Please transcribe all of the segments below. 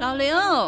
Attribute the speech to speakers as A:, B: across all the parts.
A: 老刘，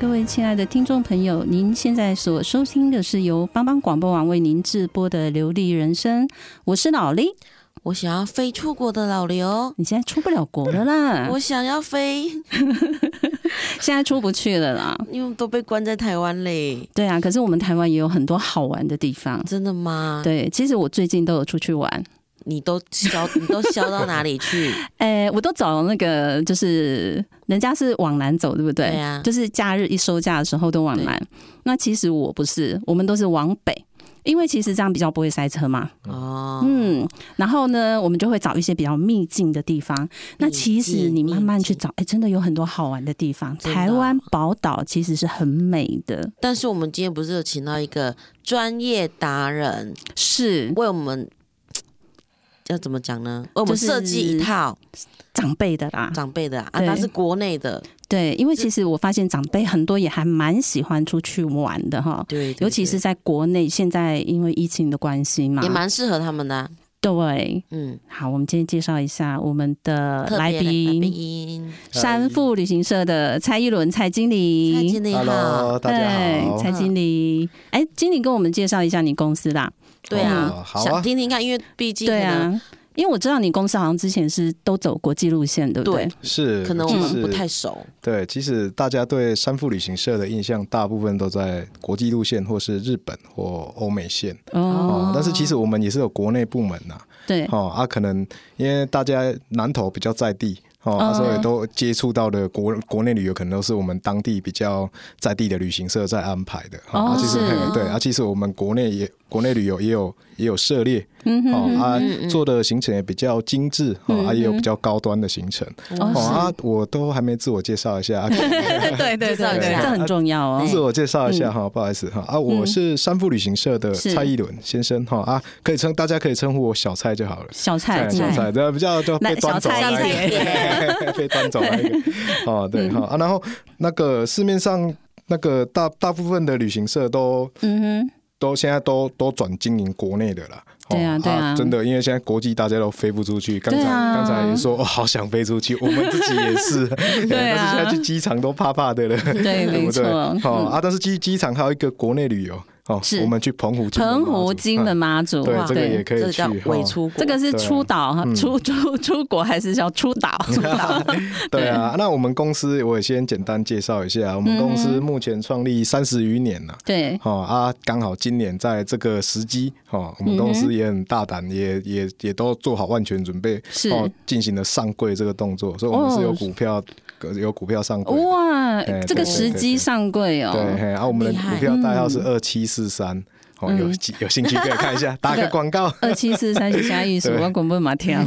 A: 各位亲爱的听众朋友，您现在所收听的是由帮帮广播网为您直播的《流利人生》，我是老李。
B: 我想要飞出国的老刘，
A: 你现在出不了国了
C: 嗯
A: 啦，
B: 我想要飞，
A: 现在出不去了啦。
B: 因为都被关在台湾嘞。
A: 对啊，可是我们台湾也有很多好玩的地方。
B: 真的吗？，
A: 对，其实我最近都有出去玩，
B: 你都消，你都消到哪 里去？
A: 哎、我都找那个，就是人家是往南走，对不对？
B: 对啊
A: 就是假日一收假的时候都往南。那其实我不是，我们都是往北，因为其实这样比较不会塞车嘛。
B: 哦，
A: 嗯，然后呢，我们就会找一些比较秘境的地方。那其实你慢慢去找，哎、真的有很多好玩的地方。
B: 真的
A: 台湾宝岛其实是很美的，
B: 但是我们今天不是有请到一个专业达人，
A: 是
B: 为我们要怎么讲呢？为我们
A: 就是
B: 设计一套
A: 长辈的啦。
B: 长辈的啊，
A: 对
B: 那是国内的，
A: 对，因为其实我发现长辈很多也还蛮喜欢出去玩的哈。
B: 对，对
A: 尤其是在国内，现在因为疫情的关系嘛
B: 对也，蛮适合他们的啊、
A: 对。
B: 嗯，
A: 好，我们今天介绍一下我们的
B: 特
A: 呃来
B: 别来
A: 宾
B: 宾，
A: 山富旅行社的蔡一伦蔡经
B: 蔡
A: 理。
B: 经理好，
D: Hello，大家
A: 对
D: 好。
A: 蔡经理，哎，经理跟我们介绍一下你公司啦。
B: 对啊
D: 哦，好啊
B: 想听听看，因为毕竟
A: 对
B: 可能，
A: 啊，因为我知道你公司好像之前是都走国际路线，对不对？
D: 是，
B: 可能我
D: 其
B: 们
D: 实
B: 不太熟，
D: 对。其实大家对山富旅行社的印象，大部分都在国际路线，或是日本或欧美线哦。但是其实我们也是有国内部门呐、
A: 对，
D: 哦啊，可能因为大家南投比较在地。哦，啊
A: 嗯
D: 所以都接触到的国国内旅游，可能都是我们当地比较在地的旅行社在安排的。哦啊，其
A: 是
D: 实嘿对啊，其实我们国内也国内旅游也有也有涉猎，
A: 嗯哼
D: 哦
A: 哼，
D: 啊
B: 嗯嗯，
D: 做的行程也比较精致，哦，啊，也有比较高端的行程，
A: 哦是哦
D: 哦啊，我都还没自我介绍一下，啊
B: 对
A: 对
B: 对对
A: 这很重要哦。
D: 自我介绍一下哈，不好意思哈，啊，我是山富旅行社的
A: 嗯是
D: 蔡一伦先生哈，啊，可以称大家可以称呼我小蔡就好了。
A: 小蔡，
D: 小蔡，对，比较就被
A: 那
D: 端走
A: 小
D: 那
A: 蔡
D: 一
A: 一嗯
D: 个， 被端走那一 个，哦，对哈，啊，然后那个市面上那个大大部分的旅行社都
A: 嗯
D: 都现在都都转经营国内的啦。
A: 对啊
D: 哦
A: 对啊
D: 真的，因为现在国际大家都飞不出去。刚才
A: 对啊
D: 刚、才也说，哦，好想飞出去，我们自己也 是。
A: 对啊
D: 但是现在去机场都怕怕的了，
A: 哼，对，
D: 对
A: 没
D: 不
A: 错。
D: 对？哦
A: 嗯
D: 啊，但是机机场还有一个国内旅游哦
A: 是，
D: 我们去澎湖、金门
A: 澎
D: 马祖
A: 湖、金门、、马祖，
D: 嗯对，这个也可
B: 这
D: 以去
B: 叫。
D: 哦
B: 伪出国，
A: 这个是
D: 对嗯
A: 出岛哈，出出出国还是要出 岛？出岛，
D: 对啊，那我们公司我也先简单介绍一下，我们公司目前创立三十余年了。
A: 对，
D: 哦啊，刚好今年在这个时机，哦，我们公司也很大胆，也也也都做好万全准备，
A: 是
D: 哦，进行了上柜这个动作，所以我们是有
A: 哦
D: 股票，呃有股票上柜的。
A: 哇
D: 哎对，
A: 这个时机上柜哦，
D: 对，嘿啊，我们的
B: 很厉害
D: 股票代号是二七四三，哦，有兴有兴趣可以看一下，打个广告，
A: 二七四三是下艺术，
D: 对
A: 我滚不马天，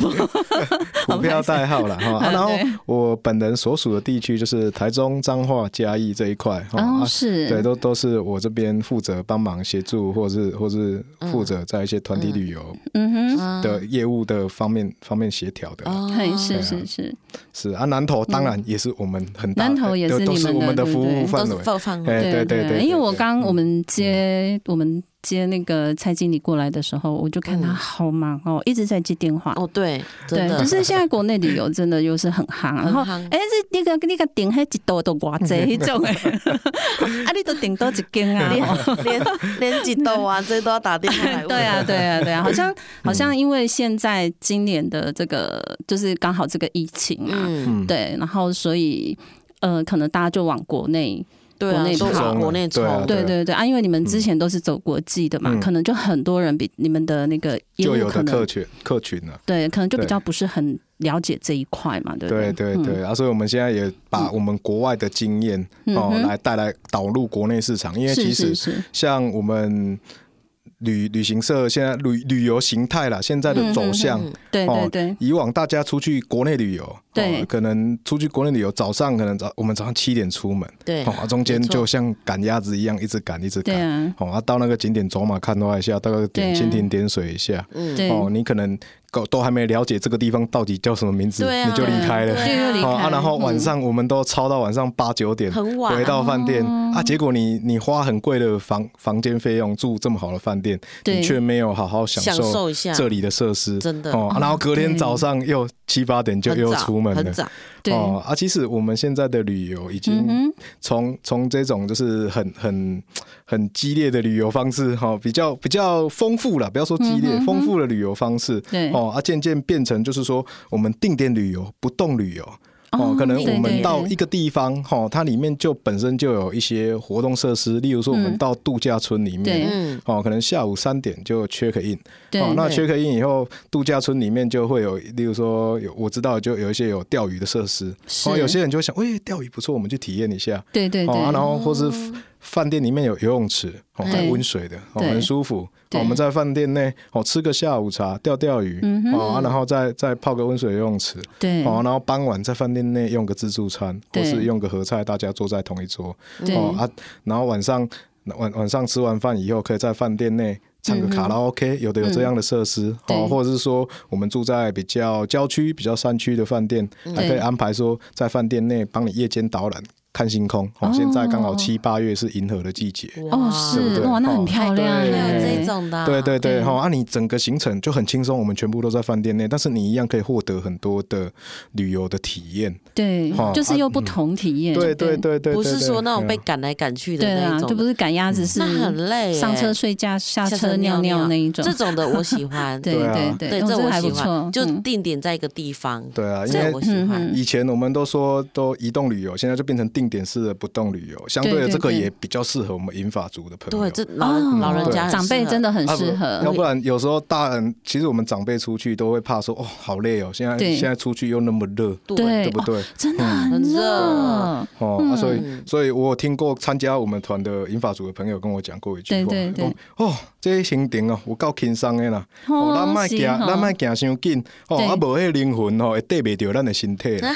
D: 股票代号了哈。啊然后
A: 对
D: 我本人所属的地区就是台中、彰化、嘉义这一块，哦
A: 哦
D: 啊
A: 是，
D: 对，都都是我这边负责帮忙协助，或是或是负责在一些团体旅游
A: 嗯哼，
B: 啊
D: 的业务的方面方面协调的啦，
B: 哦
A: 嘿，是
D: 对啊
A: 是是，
D: 是啊，南投当然也是我们很大的，
A: 嗯南投也是
D: 都都
A: 你
D: 是
A: 们的
D: 我们的
A: 对
D: 服
A: 不对
D: 务
B: 都
D: 范
B: 是
D: 围，
B: 放放
D: 哎对对对
A: 因为
D: 对
A: 我
D: 对
A: 刚我们接我们接那个蔡经理过来的时候，我就
D: 嗯
A: 看他好忙哦，一直在接电话。
B: 哦，对，真
A: 对，
B: 的，
A: 就是现在国内旅游真的又是很 夯，然后
B: 很夯
A: 哎，这那个那个顶还一多都偌济那种哎，啊，你都顶多一间 啊。哦
B: 连连几豆啊，这都要打电话来问。
A: 对啊，对啊， 对啊，好
D: 嗯
A: 像好像因为现在今年的这个就是刚好这个疫情啊，
B: 嗯，
A: 对，然后所以呃，可能大家就往国内，
B: 对啊
A: 国内，
B: 都
A: 跑
B: 往国内
D: 对啊
B: 冲，
A: 对对对啊，因为你们之前都是走国际的嘛，
D: 嗯
A: 可能就很多人比你们的那个业
D: 就
A: 务
D: 有
A: 可
D: 的
A: 能
D: 客群客群呢、啊。
A: 对，可能就比
D: 对
A: 较不是很了解这一块嘛，对不嗯
D: 对对对，啊，所以我们现在也把我们国外的经验哦、
A: 嗯哼
D: 来带来导入国内市场，因为
A: 是
D: 其
A: 是
D: 实
A: 是，
D: 像我们旅旅行社现在旅旅游形态啦，现在的走向。
B: 嗯
A: 对对
D: 哦
A: 对，
D: 以往大家出去国内旅游，
A: 对
D: 哦，可能出去国内旅游，早上可能早我们早上七点出门，
B: 对
D: 哦，啊中间
B: 没错
D: 就像赶鸭子一样，一直赶一直
A: 对
D: 赶，
A: 啊，
D: 哦，啊，到那个景点走马看花一下，到那个
A: 对啊
D: 点蜻蜓点水一下，
B: 嗯，
A: 对，
D: 哦，你可能都都还没了解这个地方到底叫什么名字，
B: 对啊
D: 你就离开了。
B: 对
A: 嗯就又离开
D: 哦啊，然后晚
A: 嗯
D: 上我们都超到晚上八九点，
B: 很晚
D: 回到饭店
A: 哦
D: 啊，结果你你花很贵的房房间费用住这么好的饭店，
A: 对
D: 你却没有好好享
B: 享受一下，
D: 这里的设施，
B: 真的
D: 哦、啊然后隔天
A: 对
D: 早上又七八点就
B: 很
D: 又
B: 早
D: 出门
B: 很
D: 了，
B: 早，
A: 对，
D: 哦啊，其实我们现在的旅游已
A: 嗯
D: 经
A: 哼，
D: 从从、这种就是很很很激烈的旅游方式哈、哦比较比较丰富了，不要说激烈
A: 嗯哼，
D: 丰、富的旅游方式，
A: 对，
D: 哦啊，渐渐变成就是说，我们定点旅游不动旅游哦
A: 哦，
D: 可能
A: 对对
D: 我们到
A: 对
D: 一个地方哦，它里面就本身就有一些活动设施，例如说我们
A: 嗯
D: 到度假村里
A: 对
D: 面。
B: 嗯，
D: 哦，可能下午三点就 check in，
A: 对，
D: 哦，那
B: 对
D: check in 以后，度假村里面就会有，例如说有我知道就有一些有钓鱼的设施，
A: 是
D: 哦，有些人就会想，喂，钓鱼不错，我们去体验一下，
A: 对对
D: 哦，
A: 对，
D: 啊然后或是饭店里面有游泳池，哦，
A: 对
D: 还有温水的，哦，
A: 对
D: 很舒服。
A: 对
D: 哦我们在饭店内哦吃个下午茶，钓钓鱼，
A: 嗯哼
D: 哦，啊然后再再泡个温水游泳池，
A: 对
D: 哦，然后傍晚在饭店内用个自助餐，
A: 对
D: 或是用个合菜，大家坐在同一桌，
A: 对
D: 哦啊，然后晚上晚晚上吃完饭以后，可以在饭店内。唱
B: 嗯
D: 个卡拉 OK，有的有这样的设施
A: 对
D: 哦，或者是说我们住在比较郊区、比较山区的饭店，
B: 嗯
D: 还可以安排说在饭店内帮你夜间导览看星空哦
A: 哦。
D: 现在刚好七八月是银河的季节，
A: 哦
B: 哇
D: 对不
A: 是
D: 对
A: 哇，那很
D: 哦
A: 漂亮
B: 对
D: 亮
B: 啊
D: 了
A: 哎，
B: 这种的啊，
D: 对对
A: 对
D: 对，哈、啊，你整个行程就很轻松，我们全部都在饭店内，但是你一样可以获得很多的旅游的体验。
A: 对
D: 哦，
A: 就是
D: 啊
A: 又不
D: 嗯
A: 同体验，
D: 对对对对，
B: 不是
D: 对
B: 说那种被
D: 嗯
B: 赶来赶去的
A: 对
B: 那
A: 啊，
B: 一种
A: 就不
B: 的，
A: 是赶鸭子，是
B: 那很累耶，
A: 上车睡觉，下
B: 下
A: 车尿
B: 尿
A: 那一种
B: 这，种的我喜欢，
A: 对
D: 对啊
A: 对
B: 对，
A: 哦
B: 这
A: 这
B: 我
A: 还不
B: 喜欢
A: 错，，
B: 就
A: 嗯
B: 定点在一个地方，
D: 对啊，因
B: 这
D: 为
B: 我喜
A: 嗯
B: 欢，
D: 以前我们都说都移动旅游，现在就变成定点式的不动旅游，相
A: 对
D: 对的
A: 对
D: 这个
A: 对
D: 也比较适合我们银发族的朋友。
B: 对，这老人老人
D: 对
B: 家很
A: 哦长辈
B: 适合
A: 真的很
D: 啊不
A: 适合，
D: 要不然有时候大人，其实我们长辈出去都会怕说哦，好累哦，现在
A: 对
D: 现在出去又那么热，
A: 对
D: 对不对？
A: 真的很
B: 很
A: 热
B: 热，
D: 哦，
A: 嗯
D: 啊所以所以我有听过参加我们团的银发组的朋友跟我讲过一句话，
A: 对对对
D: 讲哦，这些行程哦，有够轻松的啦，
A: 哦
D: 哦，咱莫
A: 是
D: 行，
A: 哦
D: 咱莫行伤紧，哦，
A: 对
D: 啊，无迄灵魂哦，会带袂着咱的 身体啦。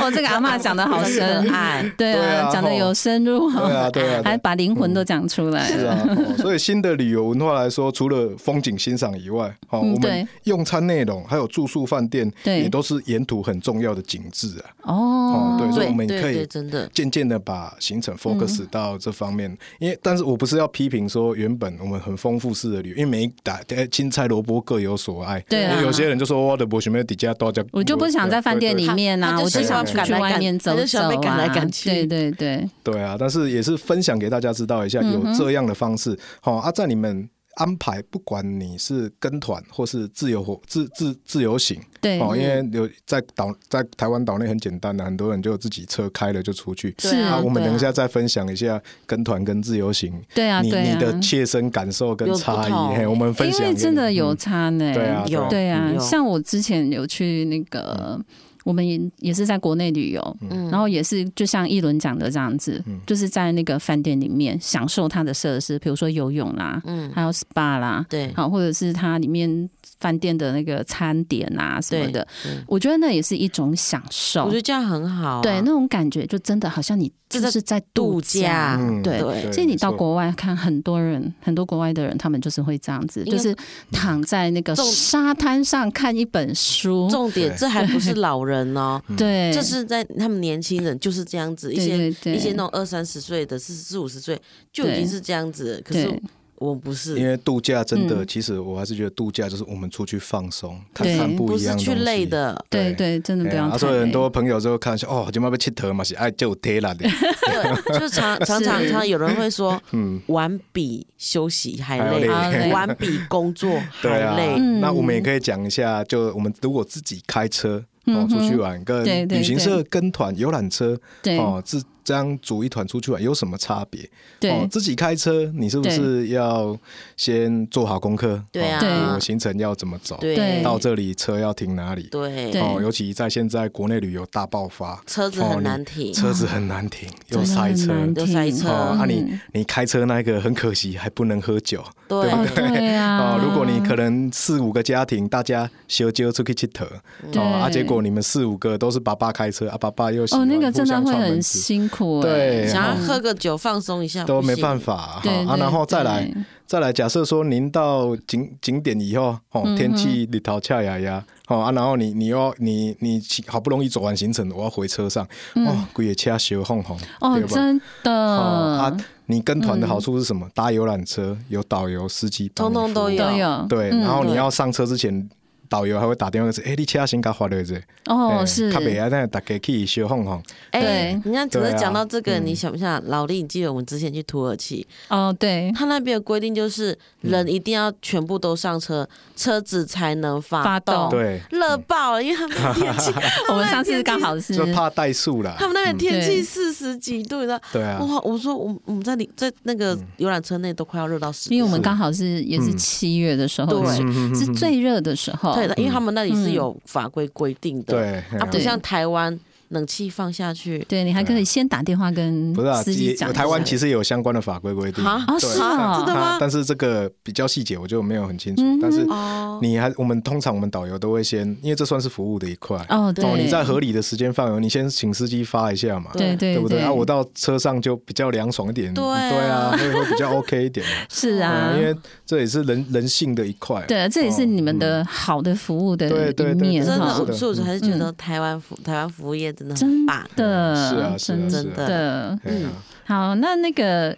A: 哦，这个阿嬷讲的 好深
B: 真的
A: 爱
B: 爱，
A: 对
D: 对
A: 啊，
D: 啊
A: 讲的有深入哦，
D: 对啊，对啊，对
A: 还
D: 啊
A: 把灵魂都讲出来
D: 是
A: 了，
D: 啊、哦所以新的旅游文化来说，除了风景欣赏以外，哦，
A: 嗯
D: 我
A: 对
D: 们用餐内容还有住宿饭店，
A: 对
D: 也都是沿途很重要的景致啊。
A: 哦
D: 哦，对所以
B: 对
D: 我们
B: 对
D: 可以
B: 对真的
D: 渐渐的把行程
A: 嗯
D: focus 到这方面，因为但是我不是要批评说原本我们很丰富式的旅游，因为每一打呃青菜萝卜各有所爱，
A: 对啊
D: 有些人就说我的不喜欢底下多加，
A: 我就不想在饭店
D: 对对
A: 里面
B: 他
A: 啊，
B: 他就
A: 我就
D: 喜
A: 想
D: 欢
A: 出
D: 赶
A: 去
B: 来
A: 外
B: 赶
A: 面走
B: 他就喜
A: 走
B: 欢被赶来
A: 啊
B: 赶，去
A: 对对对，
D: 对啊，但是也是分享给大家知道一下，
A: 嗯
D: 有这样的方式。好、啊，在你们安排，不管你是跟团或是自由活自自自由行，
A: 对
D: 哦，因为有在岛在台湾岛内很简单的，啊很多人就有自己车开了就出去。
A: 是
B: 对
D: 啊，
B: 啊
D: 我们
B: 对啊
D: 等一下再分享一下跟团跟自由行，
A: 对啊
D: 你
A: 对啊
D: 你的切身感受跟
B: 有不
D: 差异，
B: 同
D: 嘿，我们分
A: 因
D: 享给
A: 为
D: 你。
A: 真的有
D: 嗯
A: 差呢、
D: 对啊嗯
B: 有
A: 对啊，
B: 嗯有
A: 像我之前有去那个，我们也也是在国内旅游，
B: 嗯
A: 然后也是就像一轮讲的这样子，
D: 嗯
A: 就是在那个饭店里面享受它的设施，比如说游泳啊啦，
B: 嗯
A: 还有 SPA 啦，
B: 对
A: 好，或者是它里面饭店的那个餐点啊什么的
B: 对对，
A: 我觉得那也是一种享受
B: 我觉。得这样很好啊，
A: 对，那种感觉就真的好像你
B: 这
A: 就是是在
B: 度
A: 假
B: 假，
D: 嗯
A: 对
B: 对
A: 所以你
D: 没
A: 到
D: 错
A: 国外看，很多人，很多国外的人，他们就是会这样子，
B: 应该
A: 就是躺在那个
B: 嗯重
A: 沙滩上看一本书，
B: 重点
D: 对
B: 这还不是老人哦，
A: 对，
B: 这是在他们年轻人就是这样子，一
A: 嗯对
B: 些
A: 对对
B: 一些那种二三十岁的、四四五十岁就已
A: 对
B: 经是这样子了，可
A: 对
B: 是。我不是，
D: 因为度假真的，
A: 嗯
D: 其实我还是觉得度假就是我们出去放松，看
A: 对
D: 看
B: 不
D: 一
B: 是
D: 样的
B: 去
D: 东西
B: 累。的，
A: 对对，真嗯的不要
D: 哎呀
A: 太
D: 啊所以很
A: 累
D: 多朋友就看一下哦，今麦被切头嘛是爱就 贴啦啊的，
B: 对，就常常常
A: 是
B: 常有人会说，
D: 嗯，
B: 玩比休息还
D: 还要
B: 累，
A: 累
B: 玩比工作还
D: 对啊
B: 累。。
A: 嗯
D: 那我们也可以讲一下，就我们如果自己开车哦
A: 嗯哼
D: 出去玩，跟
A: 对对
D: 旅行社跟团游览车
A: 对
D: 哦，自这样组一团出去玩有什么差别？哦
A: 对，
D: 自己开车你是不是要先做好功课？
B: 对啊
D: 哦
A: 对
D: 我行程要怎么走？
A: 对
D: 到这里车要停哪里？
B: 对
A: 对
D: 哦，尤其在现在国内旅游大爆发，
B: 车子很难停
D: 哦你车子很难停，
A: 真
D: 又
A: 的
D: 塞
A: 很
D: 车。
A: 难
B: 又塞
A: 听
B: 车
D: 哦，啊你
A: 嗯
D: 你开车那个很可惜，还不能喝酒
B: 对
A: 哦，对啊
D: 哦。如果你可能四五个家庭，大家小酒出去吃头，
A: 对
D: 哦啊，结果你们四五个都是爸爸开车啊，爸爸又喜
A: 哦，
D: 欢
A: 那个真的
D: 互相
A: 会
D: 串门
A: 很
D: 子
A: 辛苦哎，
D: 对
B: 想要
D: 哦
B: 喝个酒放松一下，
D: 都没办
B: 法。
D: 法哈
A: 对
D: 啊，
A: 对
D: 然后再来
A: 对
D: 再来，假设说您到景景点以后，
A: 嗯
D: 哦，天气里头恰呀呀，哦啊，然后你你要你你骑好不容易走完行程，我要回车上，哦，鬼也车小红红，
A: 嗯哦，
D: 对吧？
A: 真
D: 哦啊
A: 的，，
D: 你跟团的好处是什
A: 嗯
D: 么？搭游览车有导游、司机，帮你
B: 通通都
D: 服务
B: 有
A: 都有
D: 对，然后你
B: 对
D: 要上车之前。导游还会打电话说：“哎、你车先给划了这。”
A: 哦是哦
D: 他北啊，但大家去小晃晃。
B: 哎
A: 对，
B: 你看，只
D: 对
B: 是
D: 啊
B: 讲到这个，你想不想？老李，你记得我们之前去土耳其，
A: 哦对，
B: 他那边的规定就是
D: 嗯
B: 人一定要全部都上车，车子才能发
A: 发
B: 动。
A: 动，
D: 对，嗯
B: 热爆了，因为他们的天气
A: 我们上次刚好是
D: 就怕怠速啦。
B: 他们那边天
A: 嗯对
B: 气四十几度，你知道？
D: 对啊，
B: 哇！我说我我们在里在那个游览车内都快要热到死，
A: 因为我们刚好是也是
D: 嗯
A: 七月的时候，
B: 对
A: 是是最热的时候，
B: 对的，因为他们那里是
A: 嗯
B: 有法规规定的，
D: 对，
A: 啊
B: 它
D: 嗯
B: 不像台湾冷气放下去，
A: 对你还可以先打电话跟
D: 啊不是啊，
A: 司机
D: 也
A: 讲一下，
D: 台湾其实也有相关的法规规定
B: 哈
A: 哦
D: 对
A: 是啊
B: 真的吗
D: 啊但是这个比较细节我就没有很清楚
A: 嗯哼，
D: 但是
B: 哦，
D: 你还我们通常我们导游都会先，因为这算是服务的一块
A: 哦对，
D: 你在合理的时间范围，你先请司机发一下嘛。
A: 对对
D: 对不对啊？我到车上就比较凉爽一点，
B: 对啊
D: 啊，会会比 较 OK 一点嘛。
A: 是啊
D: 嗯，因为这也是人人性的一块。
A: 对，这也是你们的好的服务的
D: 对对
A: 一
D: 对
A: 面
B: 真
D: 是
B: 的，
D: 啊
A: 哈
B: 我所以我还是觉得
A: 嗯
B: 台湾服台湾服务业真的很
A: 真
B: 棒，
A: 的，
D: 是啊是啊
B: 是啊
A: 真的。
D: 哎呀，
A: 好，那那个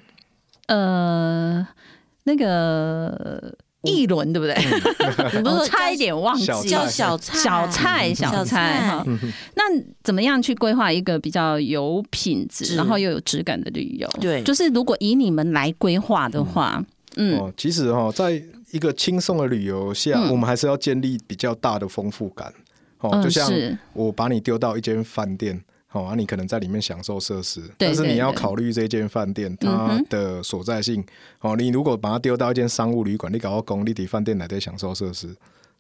A: 呃，那个一轮对不对？
B: 你不是
A: 我
B: 说
A: 差一点忘记
D: 小
B: 叫
D: 菜
B: 小菜
A: 小菜，小菜哈。那怎么样去规划一个比较有品质，
B: 质
A: 然后又有质感的旅游？
B: 对
A: 就是如果以你们来规划的话，嗯，
D: 哦，其实哈，在一个轻松的旅游下，
A: 嗯
D: 我们还是要建立比较大的丰富感。哦，
A: 嗯
D: 就像
A: 是
D: 我把你丢到一间饭店，好、哦、啊，你可能在里面享受设施，
A: 对
D: 但是
A: 对
D: 你要
A: 对
D: 考虑这间饭店
A: 嗯
D: 它
A: 哼
D: 的所在性。哦，你如果把它丢到一间商务旅馆，你搞到公立的饭店来的享受设施，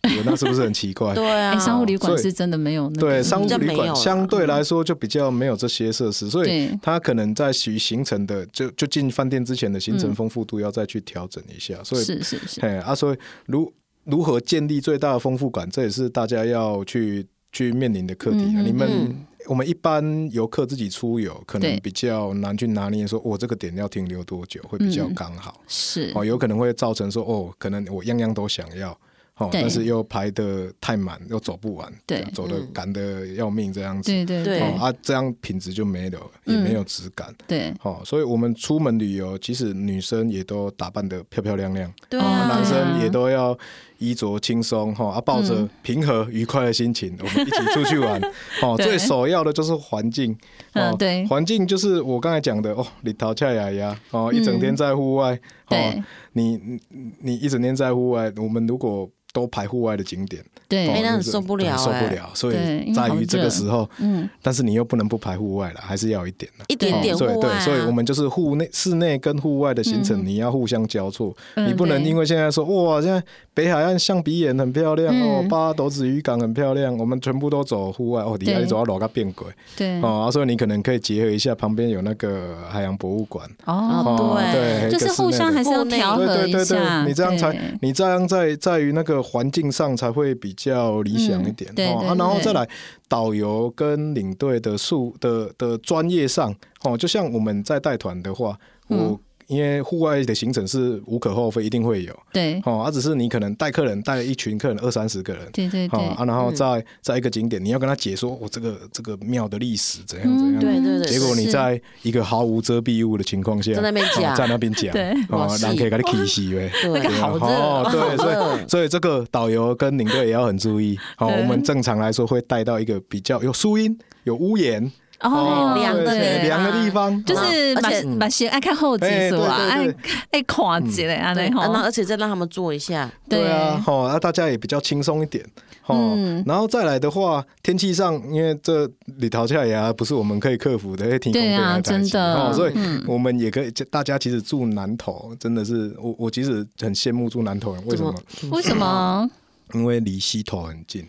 D: 对那是不是很 奇怪？
B: 对啊
A: 哎，，商务旅馆
D: 所以
A: 是真的没有那个
D: 对，商务
B: 就
D: 旅
B: 没有
D: 馆
B: 了
D: 相对来说就比较没有这些设施，所以
A: 对
D: 它可能在行行程的就就进饭店之前的行程丰富度要再去调整一下，所以
A: 嗯是是是，
D: 嘿啊，所以如如何建立最大的丰富感，这也是大家要去去面临的课题、啊。
A: 嗯哼
D: 你们、
B: 嗯
D: 我们一般游客自己出游，可
A: 对
D: 能比较难去拿捏说，我、这个点要停留多久会比
A: 嗯
D: 较刚好、
A: 是
D: 哦，有可能会造成说，哦，可能我样样都想要。哦，
A: 对
D: 但是又排的太满，又走不完，
A: 对
D: 走的
B: 嗯
D: 赶的要命这样子，
A: 对对
B: 对
D: 哦啊，这样品质就没有了，也
A: 嗯
D: 没有质感，
A: 对，
D: 哦，所以我们出门旅游，其实女生也都打扮的漂漂亮亮，
B: 对
A: 哦
B: 啊，
D: 男
A: 对啊
D: 生也都要衣着轻松哈，啊，抱着
A: 嗯
D: 平和愉快的心情，我们一起出去 玩哦。
A: 对
D: 最首要的就是环境，
A: 嗯
D: 哦，
A: 对
D: 环境就是我刚才讲的哦，你淘恰雅雅哦，一整天在户外，
A: 嗯对
D: 哦，你你你一整天在户外，我们如果都排户外的景点，
A: 对
D: 哦
B: 哎那很
D: 就是
B: 受不了
D: 很受
B: 哎
D: 不了，所
A: 对因为
D: 以在
A: 好
D: 于这
A: 热
D: 个时候，
A: 嗯，
D: 但是你又不能不排户外了，还是要有一点的。
B: 一点点
D: 哦所以
B: 户外啊，
D: 对，所以我们就是户内、室内跟户外的行程，你要互相交错，
A: 嗯
D: 你不能
A: 对
D: 因为现在说哇，现在北海岸象鼻岩很漂亮、哦
A: 嗯，
D: 八斗子渔港很漂亮，我们全部都走户外哦，底下
A: 对嗯
D: 你走到楼个变鬼
A: 对
D: 哦、啊所以你可能可以结合一下旁边有那个海洋博物馆
A: 哦，
D: 哦，
B: 对
D: 对，
A: 就
D: 一
A: 是
D: 个室内
A: 互相
D: 的
A: 还是要调
D: 对
A: 和
D: 对
A: 一
D: 对
A: 下，
D: 对，你这样才
A: 对，
D: 你这样在在于那个环境上才会比较理想一点、
A: 嗯对对
D: 哦、啊，然后
A: 对
D: 再来导游跟领
A: 嗯
D: 队的素的的专业上哦，就像我们在带团的话，我。因为户外的行程是无可厚非，一定会有。
A: 对
D: 哦，啊，只是你可能带客人带一群客人二三十个人，
A: 对对对嗯
D: 哦、啊，然后在在一个景点，你要跟他解说我、哦、这个这个庙的历史
A: 嗯
D: 怎样怎样，
B: 对对对
D: 结果你
A: 是
D: 在一个毫无遮蔽物的情况下，
B: 在那边讲
D: 哦在那边讲，
A: 对
D: 哦
B: 哇，
D: 人可以给你气死呗。
B: 对
D: 对啊哦，对， 所以所以这个导游跟领队也要很注意。好，
A: 对
D: 我们正常来说会带到一个比较有树荫、有屋檐、
A: 哦
B: 凉的
D: 对
B: 地方
D: 凉的地方，哦
A: 就是
B: 啊而
A: 把
B: 且
A: 把鞋爱看后子是吧？
D: 嗯哎
A: 爱
D: 对对
A: 爱看一下安尼
B: 对，
D: 哦
B: 啊那
A: 吼，
B: 而且再让他们坐一下，
D: 对啊，吼、那、大家也比较轻松一点，吼、
A: 嗯
D: 然后再来的话，天气上，因为这里头下也不是我们可以克服的，会提供
A: 对啊
D: 来担
A: 真
D: 心
A: 的嗯
D: 吼哦所以
B: 嗯
D: 我们也可以，大家其实住南投，真的是我我其实很羡慕住南投人，为什么？
A: 为什么
D: 因为离溪头很近，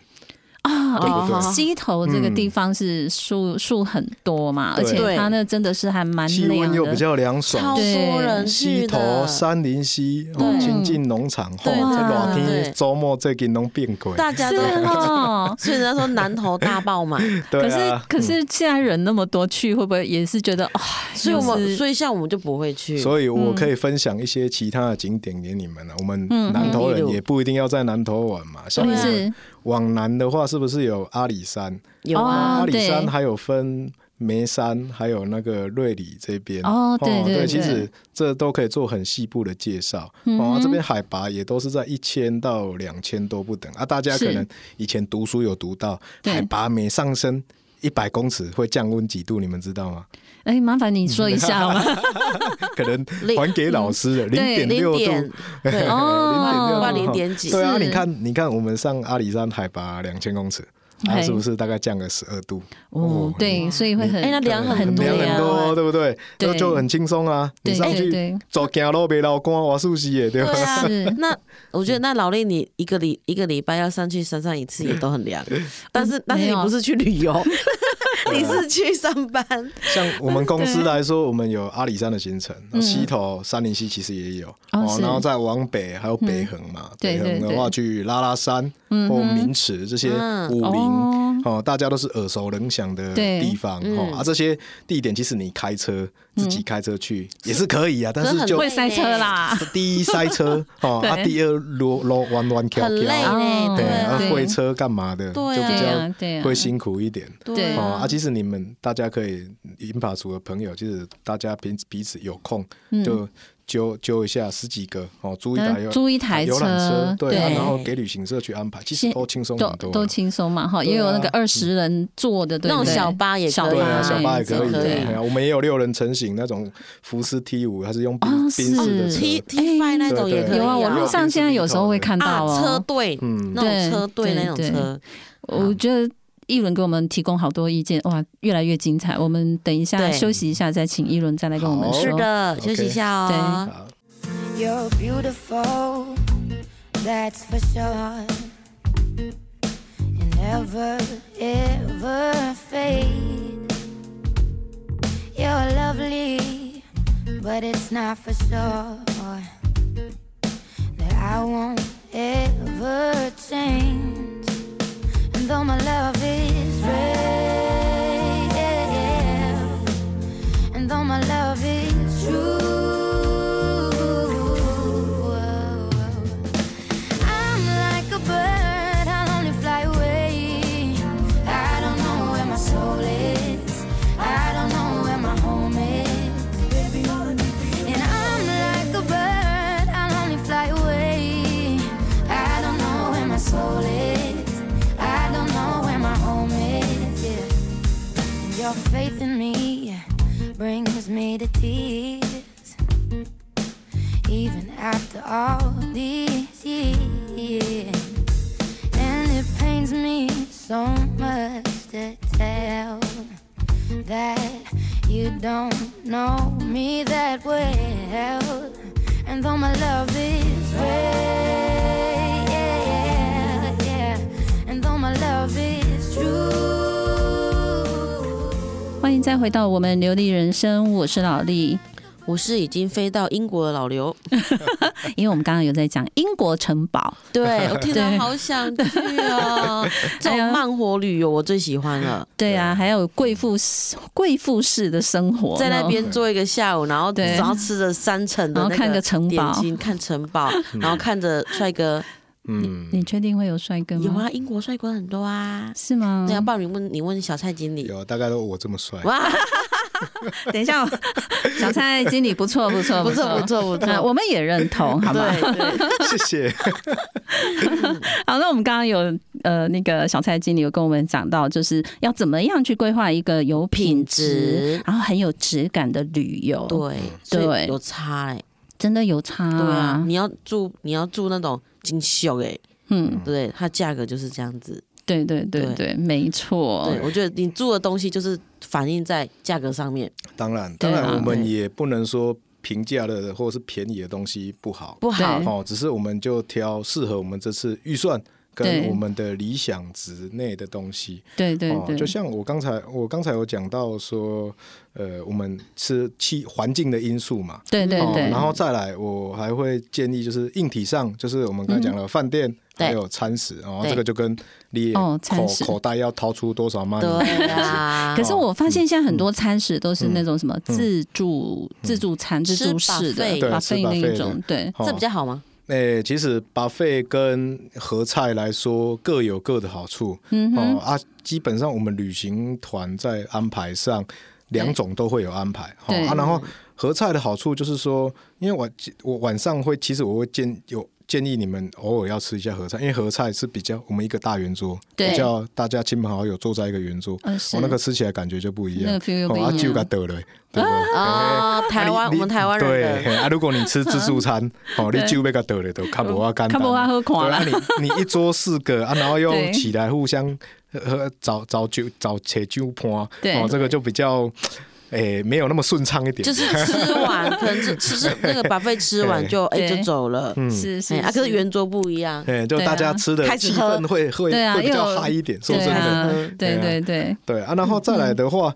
A: 啊？
D: 嗯
A: 哎
D: 对对嗯
A: 溪头这个地方是树树很多嘛，而
D: 对
A: 且它那真的是还蛮
D: 气
A: 凉
D: 温又比
A: 的。
D: 较凉
B: 超
D: 爽。
B: 多人去
D: 溪
B: 的
D: 头、，山林溪、哦
B: 对
D: 亲近农场，吼，
B: 对
D: 这
A: 对
D: 热
B: 对
D: 天周末最近拢变鬼，
B: 大家
A: 是
B: 都，
A: 哦，
B: 所以人家说南投大爆满，
A: 可
D: 对
A: 是
D: 啊，
A: 可是现在人那么多，去会不会也是觉得啊？
B: 所以我
A: 又
B: 们
A: 是
B: 所以像我们就不会去，
D: 所以我可以分享一些其他的景点给你们啊了、我们
B: 嗯
D: 南投人也不一定要在南投玩嘛，像
A: 你
D: 我
B: 啊
D: 们
A: 是
D: 往南的话，是不是有阿里山？
B: 有啊，
A: 哦
D: 阿里山
A: 对
D: 还有分梅山，还有那个瑞里这边。
A: 哦对对对嗯
D: 其实这都可以做很细部的介绍。哦，啊这边海拔也都是在一千到两千多不等啊，大家可
A: 是
D: 能以前读书有读到，
A: 对
D: 海拔每上升一百公尺会降温几度，你们知道 吗？
A: 哎，麻烦你说一下
D: 嗯
A: 好吗？
D: 可能
B: 零
D: 还给老师了，零
A: 嗯对
D: 点
B: 零
D: 六度
B: 点。对
D: 零点六
A: 哦
D: 度，
B: 零点几
D: 对啊，
A: 是
D: 你看，你看，我们上阿里山海拔两千公尺，它
A: 嘿
D: 是不是大概降个十二度？
A: 哦，对，所以会很
B: 哎，那凉很
D: 很
B: 多
D: 凉
B: 呀
D: 很多，对不对？
A: 对
D: 那就很轻松啊，
A: 对
D: 你上
A: 对
D: 去
A: 对
D: 走走路别老光，我熟悉耶，对吧？
B: 对啊
A: 是，
B: 那我觉得那老力你一个礼一个礼拜要上去山上一次也都很凉，
D: 嗯
B: 但是但是
A: 没
B: 你
A: 有
B: 不是去旅游， 你是去上班，
D: 像我们公司来说，我们有阿里山的行程，那西头三林溪其实也有
A: 哦是
D: 然后再往北还有北横嘛，
A: 对
D: 北横
A: 对
D: 的
A: 对
D: 话去拉拉山或名池这些
B: 嗯
D: 武
A: 哦
D: 林哦，大家都是耳熟能详的
A: 对
D: 地方哦啊，这些地点其实你开车自己开车去也是可以啊，但
B: 可是
D: 是
B: 很
D: 就
A: 会塞车啦，
D: 第一塞车哦，啊
A: 对
D: 第二路路弯弯翘翘，
B: 很累
A: 哦
B: 呢，
D: 对
B: 对
D: 啊，
B: 啊
A: 对
D: 会车干嘛的就
B: 对啊
D: 比
A: 对啊对啊
D: 较会辛苦一点。
A: 对
D: 哦啊，其实你们大家可以银发族的朋友，就是大家彼彼此有空就揪揪一下十几个哦，租一台游
A: 嗯租一呃台
D: 游览车，
A: 车
D: 对啊，
A: 对
D: 然后给旅行社去安排，其实
A: 先
D: 都轻松
A: 都
D: 很多啊，
A: 都轻松嘛哈，
D: 对啊
A: 也有那个二十人坐的，对
B: 那
A: 不
B: 种
A: 对？
B: 小巴也可以
A: 小
D: 对啊，小巴也
B: 可
D: 可
B: 以
D: 以
B: 都可以
D: 的。哎呀，我们也有六人成型那种福斯 T 五，它是用冰
A: 哦
D: 冰
A: 是
D: 式的车，
B: T T five 那种也可以
A: 哎有啊，
D: 对
A: 我
D: 啊
A: 路上现在有时候会看到
B: 啊，车
A: 哦。
B: 队，
D: 嗯
B: 那种车队那种
A: 对对
B: 车，
A: 我觉得一轮给我们提供好多意见，哇，越来越精彩。我们等一下
B: 对
A: 休息一下，再请一轮再来跟我们
D: 好
A: 说。
B: 是的，
D: OK
B: 休息一下哦。
D: 啊。
E: You're beautiful, that's for sure. You never ever fade. You're lovely, but it's not for sure that I won't ever change. And though my love is real. And though my love is true, I'm like a bird, I'll only fly away. I don't know where my soul is, I don't know where my home is. And I'm like a bird, I'll only fly away. I don't know where my soul is, I don't know where my home is. yeah. Your faith in me brings me to tears. Even after all these years. And it pains me so much to tell that you don't know me that well. And though my love is real, yeah, and though my love is true.
A: 欢迎再回到我们流利人生，我是老丽。
B: 我是已经飞到英国的老刘，
A: 因为我们刚刚有在讲英国城堡，
B: 对 我听
A: 对哎
B: 到好想去哦，这种慢活旅游我最喜欢了，
A: 对啊，还有贵妇贵妇式的生活，
B: 在那
A: 种
B: 边做一个下午，然后
A: 对
B: 然后吃着三层的
A: 然后
B: 那
A: 看个
B: 个
A: 城堡嗯
B: 点心，看城堡，然后看着帅哥，
D: 嗯，
A: 你确定会有帅哥
B: 有
A: 吗？嗯
B: 啊，英国帅哥很多啊。
A: 是吗？
B: 那要不然你问你问小蔡经理，
D: 有大概都我这么 帅，
B: 哇，
A: 等 一下，我小蔡经理不错，不错，
B: 不错不
A: 错。
B: 错不
A: 那
B: 错，
A: 我们也认 同，好吗？
B: 对对，
D: 谢谢。
A: 好，那我们刚刚有呃，那个小蔡经理有跟我们讲到，就是要怎么样去规划一个有品质，
B: 品质
A: 然后很有质感的旅游。，
B: 对，
A: 对
B: 所以有差哎、
A: 真的有差、
B: 对啊，你要住你要住那种精秀哎、
A: 嗯，
B: 对，它价格就是这样子。
A: 对对对对，
B: 对
A: 没错。
B: 对，我觉得你住的东西就是反映在价格上面，
D: 当然，
A: 对
D: 当
A: 啊
D: 然我们
B: 对
D: 也不能说平价的或者是便宜的东西不好，
B: 不好
A: 对
D: 哦，只是我们就挑适合我们这次预算
A: 对
D: 跟我们的理想值内的东西。
A: 对对
D: 哦
A: 对，，
D: 就像我刚才我刚才有讲到说，呃，我们是气环境的因素嘛，
A: 对对
D: 哦
A: 对，
D: 然后再来，我还会建议就是硬体上，就是我们刚才讲了饭店。
B: 对
D: 还有餐食，然后
B: 对
D: 这个就跟你
A: 哦
D: 口
A: 餐食
D: 口袋要掏出多少 money，
B: 对啊
A: 可。是我发现现在很
D: 嗯
A: 多餐食都是那种什么自助、自助餐、自助式的
B: buffet
D: 对
A: 把
D: 吃
A: 费那
D: buffet
A: 一
D: 的
A: 种，对
D: 哦
B: 这比较好吗？
D: 诶、其实把费跟合菜来说各有各的好处。嗯哦啊，基本上我们旅行团在安排上两种都会有安排。哦
A: 对
D: 啊，然后合菜的好处就是说，因为晚我晚上会，其实我会建有。建议你们偶尔要吃一下合菜，因为合菜是比较我们一个大圆桌，
A: 对
D: 比较大家亲朋好友坐在一个圆桌，
A: 嗯
D: 哦
A: 是、
D: 那个吃起来感觉就不一
A: 那
D: 样
A: 个 feel 又，不一
D: 啊
A: 样
D: 酒给得了，对不对？
B: 啊，台湾
D: 啊
B: 我
D: 你
B: 们台湾
D: 对
B: 人的
D: 嘿啊，如哦果你吃自 助餐，哦，你
A: 对
D: 酒要个倒了都较无啊简单，
A: 较无啊好看啦
D: 对啊，你你一桌四个啊，然后又
A: 对
D: 起来互相喝喝找找酒找扯酒伴，
A: 对
D: 哦，这个就比较诶没有那么顺畅一点，
B: 就是吃完可能吃吃吃那个把费吃完就哎
A: 对
B: 就走了，
D: 嗯
A: 是是
B: 哎啊，可是圆桌不一样，
D: 诶，就
A: 对啊
D: 大家吃的
B: 开始
D: 气
B: 喝
D: 氛会会
A: 对啊
D: 会比
A: 又
D: 较嗨一点，说真
A: 对
D: 的，嗯
A: 啊
B: 真的，
A: 对
D: 对
A: 对对，
D: 对啊，然后再来的话，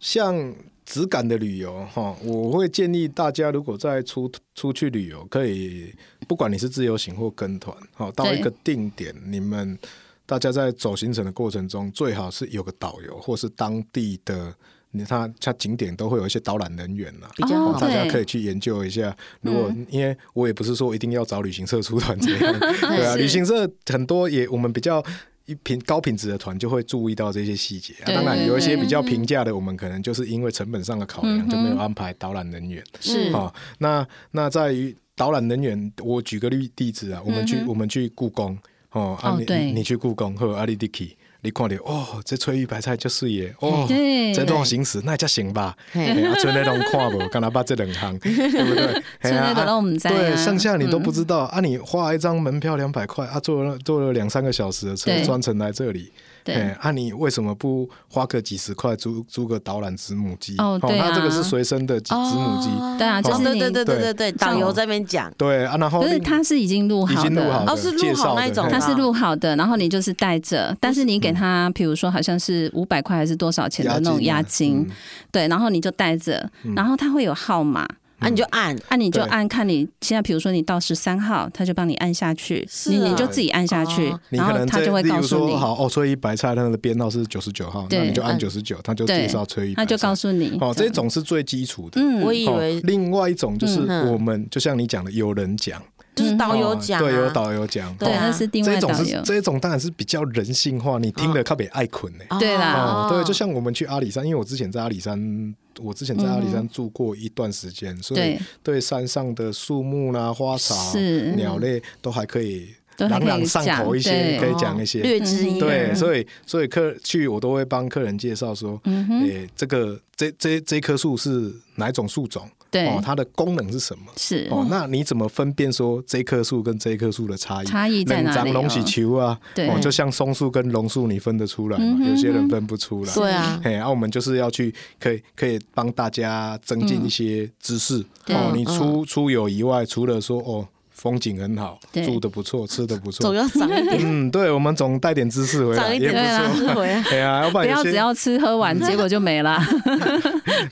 D: 像质感的旅游哈，我会建议大家如果在出出去旅游，可以不管你是自由行或跟团，哈，到
A: 对
D: 一个定点，你们大家在走行程的过程中，最好是有个导游或是当地的。你看，它景点都会有一些导览人员啊呐、
B: 比较
A: 哦
B: 好
D: 大
A: 对。嗯
D: 家可以去研究一下。如果、因为我也不是说一定要找旅行社出团这 样，对啊，
A: 是
D: 旅行社很多也我们比较。一品高品质的团就会注意到这些细节、啊，
A: 对
D: 当然
A: 对
D: 有一些
A: 对嗯
D: 比较平价的，我们可能就是因为成本上的考量就没有安排导览人员。
B: 是
D: 好、那那在于导览人员，我举个例例子啊，我们去、我们去故宫哦，啊
A: 嗯哦
D: 你
A: 对
D: 你你去故宫和阿里迪奇，你看到哦，这翠玉白菜就是耶，哦
A: 对，
D: 这段行驶那才行吧，
B: 嘿
D: 嘿啊，剩那拢看无，干哪把这两 行，对不对？嘿
A: 剩
D: 啊
A: 那个拢唔知啊
D: 对，剩下你都
A: 嗯
D: 不知道啊！你花一张门票两百块啊，坐了坐了两三个小时的车
A: 对，
D: 专程来这里。
A: 对
D: 哎，啊，你为什么不花个几十块租租个导览子母机？
A: 哦对啊
D: 它这个是随身的子子母机，
B: 哦
A: 对啊就是
B: 对
A: 你
B: 对对对对
D: 对
B: 对，导游在那边讲，
D: 对啊，然后
A: 可是
D: 另
A: 他是已经录
D: 已
A: 好
D: 经录好
A: 的。
D: 的，
B: 哦是录
D: 介绍
B: 好
D: 的
B: 那一种
D: 嘿
A: 他
B: 的
A: 是录好的，然后你就是带着，但是你给
D: 嗯
A: 他，比如说好像是五百块还是多少钱的那种押金，
D: 嗯
A: 对，然后你就带着，然后他会有号码，
D: 嗯
B: 啊，你就按，
A: 按你就
D: 对
A: 按看你现在，比如说你到十三号，他就帮你按下去，
B: 是
A: 你你
B: 啊
A: 就自己按下去
B: 哦，
D: 你
A: 然
D: 可
A: 后
D: 能
A: 他
D: 这
A: 就会
D: 例如
A: 告诉
D: 说
A: 你，
D: 好哦，所以白菜它的编号是九十九号，那
A: 对
D: 你就按
B: 按
D: 九十九，他就
A: 对
D: 介绍吹一白
A: 他
D: 菜，
A: 就告诉你。
D: 哦，这种是最基础的。
A: 嗯，
B: 我以为
D: 哦另外一种就是
B: 嗯哼
D: 我们就像你讲的，有人讲，
B: 就是导游
D: 哦
B: 讲啊，
D: 对，有导游讲，
A: 啊
D: 哦
A: 对，
B: 对啊
A: 那是另外
D: 这种
A: 导
D: 是
A: 游，哦
D: 这种当然是比较人性化，你听了特别爱困呢。
A: 对啦
D: 哦，对，就像我们去阿里山，因为我之前在阿里山，我之前在阿里
A: 嗯
D: 山住过一段时间，所以
A: 对，
D: 对山上的树木啦、花草、
A: 是
D: 鸟类都还可以
A: 都还
D: 朗
A: 可以
D: 朗上口一些，
A: 讲
D: 可
A: 对
D: 以讲一些。
B: 哦略知
A: 嗯
B: 一二，
D: 对，所以所以客去我都会帮客人介绍说，
A: 嗯
D: 诶，这个这这这棵树是哪一种树种？
A: 对
D: 哦，它的功能是什么？
A: 是
D: 哦，那你怎么分辨说这棵树跟这棵树的差异？
A: 差异在哪里哦
D: 冷藏龙喜球啊，
A: 对嗯
D: 哦，就像松树跟榕树，你分得出来吗？有些人分不出来。
B: 对啊，
D: 嘿，然、后我们就是要去，可以可以帮大家增进一些知识。
A: 嗯
D: 哦，
A: 对嗯
D: 你出出游以外，除了说哦。风景很好，
A: 对
D: 住的不错，吃的不
B: 总
D: 错。
B: 要长一点，
D: 嗯，对，我们总带点知识回来，
B: 长一
D: 也
B: 点
D: 不
B: 的
D: 错。
B: 智慧啊。
D: 哎呀，要
A: 不
D: 不然
A: 要
D: 有
A: 只
D: 些
A: 要吃喝玩，结果就没 了。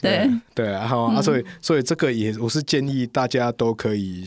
A: 对，
D: 对啊，好
A: 嗯
D: 啊，所以所以这个也我是建议大家都可以。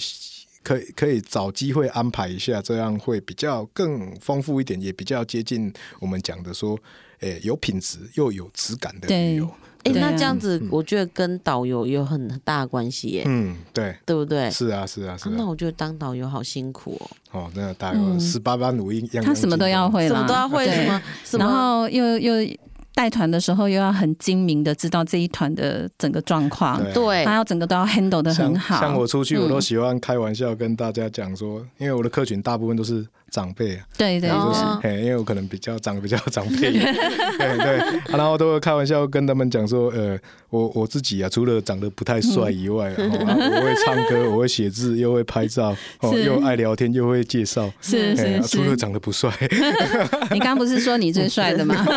D: 可以可以找机会安排一下，这样会比较更丰富一点，也比较接近我们讲的说，诶、有品质又有质感的旅游。
B: 哎、
A: 对
B: 那
A: 啊
B: 这样子，我觉得跟导游有很大的关系耶，
D: 嗯，对，
B: 对不对？
D: 是啊，是啊，
B: 啊
D: 是
B: 那
D: 啊。
B: 我觉得当导游好辛苦哦，
D: 哦，那大
A: 嗯
D: 概十八般武艺，样样
A: 他什么
D: 精
A: 都
D: 通
A: 要。会
B: 什
A: 啦，
B: 么都要会，
A: 对
B: 什么什么，
A: 然后又又带团的时候又要很精明的知道这一团的整个状况，
D: 对
B: 对
A: 他要整个都要 handle 的
D: 啊像
A: 啊很好。嗯
D: 像我出去，我都喜欢开玩笑跟大家讲说，因为我的客群大部分都是长辈啊，
A: 对对
D: 对，就是
A: 对
B: 哦，
D: 嘿，因为我可能比较长得比较 长辈一点，对对、啊然后都会开玩笑跟他们讲说，呃，我我自己啊，除了长得不太帅以外，哦啊我会唱歌，我会写字，又会拍照，哦，
A: 嗯是
D: 又爱聊天，又会介绍，
A: 是
B: 嗯
D: 嘿
A: 是
D: 啊除了
A: 是。
D: 长得不帅，
A: 你刚刚不是说你最帅的吗？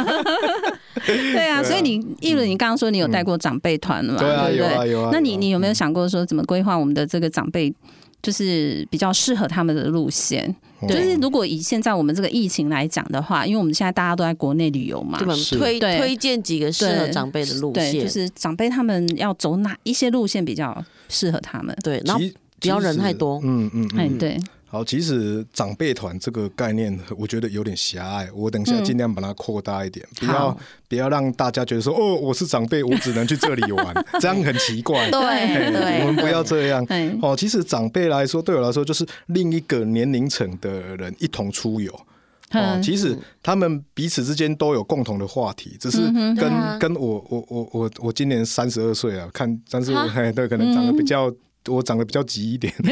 A: 对啊，所以你一轮你刚刚说你有带过长辈团嘛，
D: 嗯对啊，
A: 不
D: 有啊
A: 对？
D: 有啊。
A: 那你
D: 有啊
A: 你有没有想过说怎么规划我们的这个长辈？就是比较适合他们的路线，
D: 嗯
A: 就是如果以现在我们这个疫情来讲的话，因为我们现在大家都在国内旅游嘛，
B: 对吧？
D: 是
B: 推
A: 对
B: 推荐几个适合
A: 对
B: 长辈的路
A: 对，
B: 线，
A: 就是长辈他们要走哪一些路线比较适合他们？
B: 对然后
D: 其
B: 不要人
D: 其实
B: 太多
D: 嗯嗯嗯，
A: 哎，对，
D: 好，其实长辈团这个概念，我觉得有点狭隘。我等一
B: 嗯
D: 下尽量把它扩大一点，不要
A: 好
D: 不要让大家觉得说，哦，我是长辈，我只能去这里玩， 这样很奇怪。
B: 对
D: 嘿我
B: 对，嗯
D: 们不要这样。
A: 哎，
D: 哦，其实长辈来说，对我来说就是另一个年龄层的人一同出游。哦，
A: 嗯
D: 其实他们彼此之间都有共同的话题，只是
A: 嗯
D: 跟、
B: 啊
D: 跟我我我我我今年三十二岁啊，看但是我
B: 哈嗯
D: 嘿对，可能长得比较、我长得比较急一点，
B: 你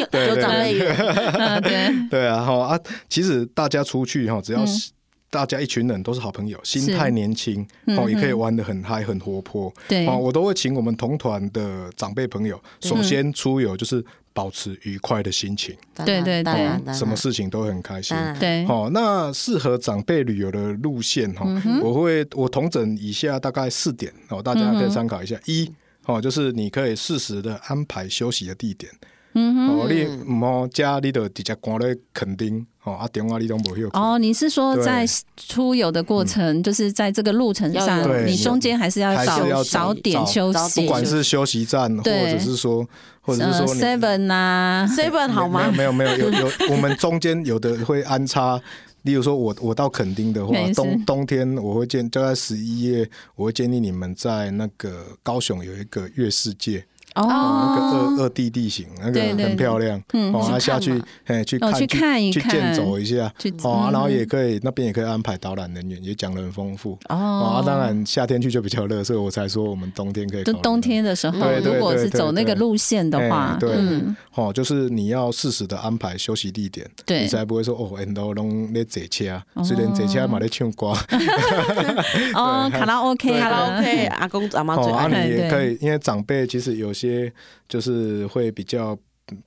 B: 有
D: 对
B: 有
D: 对
B: 长辈缘，
A: 嗯 对，
D: 对啊，哈啊，其实大家出去哈，
B: 嗯
D: 只要是大家一群人都是好朋友，心态年轻，
B: 嗯
D: 哦，也可以玩的很嗨、很活泼。
A: 对
D: 哦，我都会请我们同团的长辈朋友，
B: 嗯
D: 首先出游就是保持愉快的心情，
B: 当
A: 对
B: 然
A: 对
B: 当
A: 对
B: 然当
D: 什么
B: 然
D: 事情都很开心
B: 当。然
A: 对，
D: 哦，那适合长辈旅游的路线哈、
A: 嗯
D: 哦我会我统整以下大概四点哦，大家可以
A: 嗯
D: 参考一下。一哦，就是你可以适时的安排休息的地点。嗯哦，你唔好家你就直接关咧垦丁哦，啊中啊你都无休。
A: 哦，你是说
D: 对嗯
A: 在出游的过程，就是在这个路程上
B: 要，
D: 有
A: 你
D: 对
A: 中间还是要
D: 还是
A: 早
D: 要
A: 早
D: 找
A: 点
D: 找
A: 休
B: 早
A: 息，
B: 点
D: 不管是休息站，或
A: 对
D: 者是说，或者是
A: 呃
D: 说你。
A: seven 啊，
B: seven 好吗？
D: 没有没有 没有有有，我们中间有的会安插，例如说我我到垦丁的话
A: 没事，
D: 冬冬天我会建就在十一月，我会建议你们在那个高雄有一个月世界，那个
A: 哦，
D: 二二 D 地形，那个
A: 对对
D: 很漂亮，
A: 嗯
D: 哦，
B: 去
D: 啊下
B: 看
D: 去
B: 嘛
D: 哎去
A: 哦
D: 看
A: 去看一
D: 去
A: 看
D: 健走一下
A: 去，
D: 哦，啊
A: 嗯
D: 然后也可以那边也可以安排导览人员，也讲得很丰富。哦，啊
A: 哦，
D: 当然夏天去就比较热，所以我才说我们冬天可以
A: 就
D: 考虑
A: 冬天的时候，
D: 对对
A: 如果
D: 对
A: 是
D: 对
A: 走那个
D: 对
A: 路线的话
D: 哎，对，
A: 嗯，
D: 哦，就是你要适时的安排休息地点，
A: 对
D: 你才不会说哦，很多拢在坐车，虽然坐车嘛在唱歌，
A: 哦，卡拉 OK，
B: 卡拉
A: 的
B: OK，阿公阿妈最
D: 哦，
B: 爱
D: 啊，你
A: 对
D: 也可以，因为长辈其实有些就是会比较嗯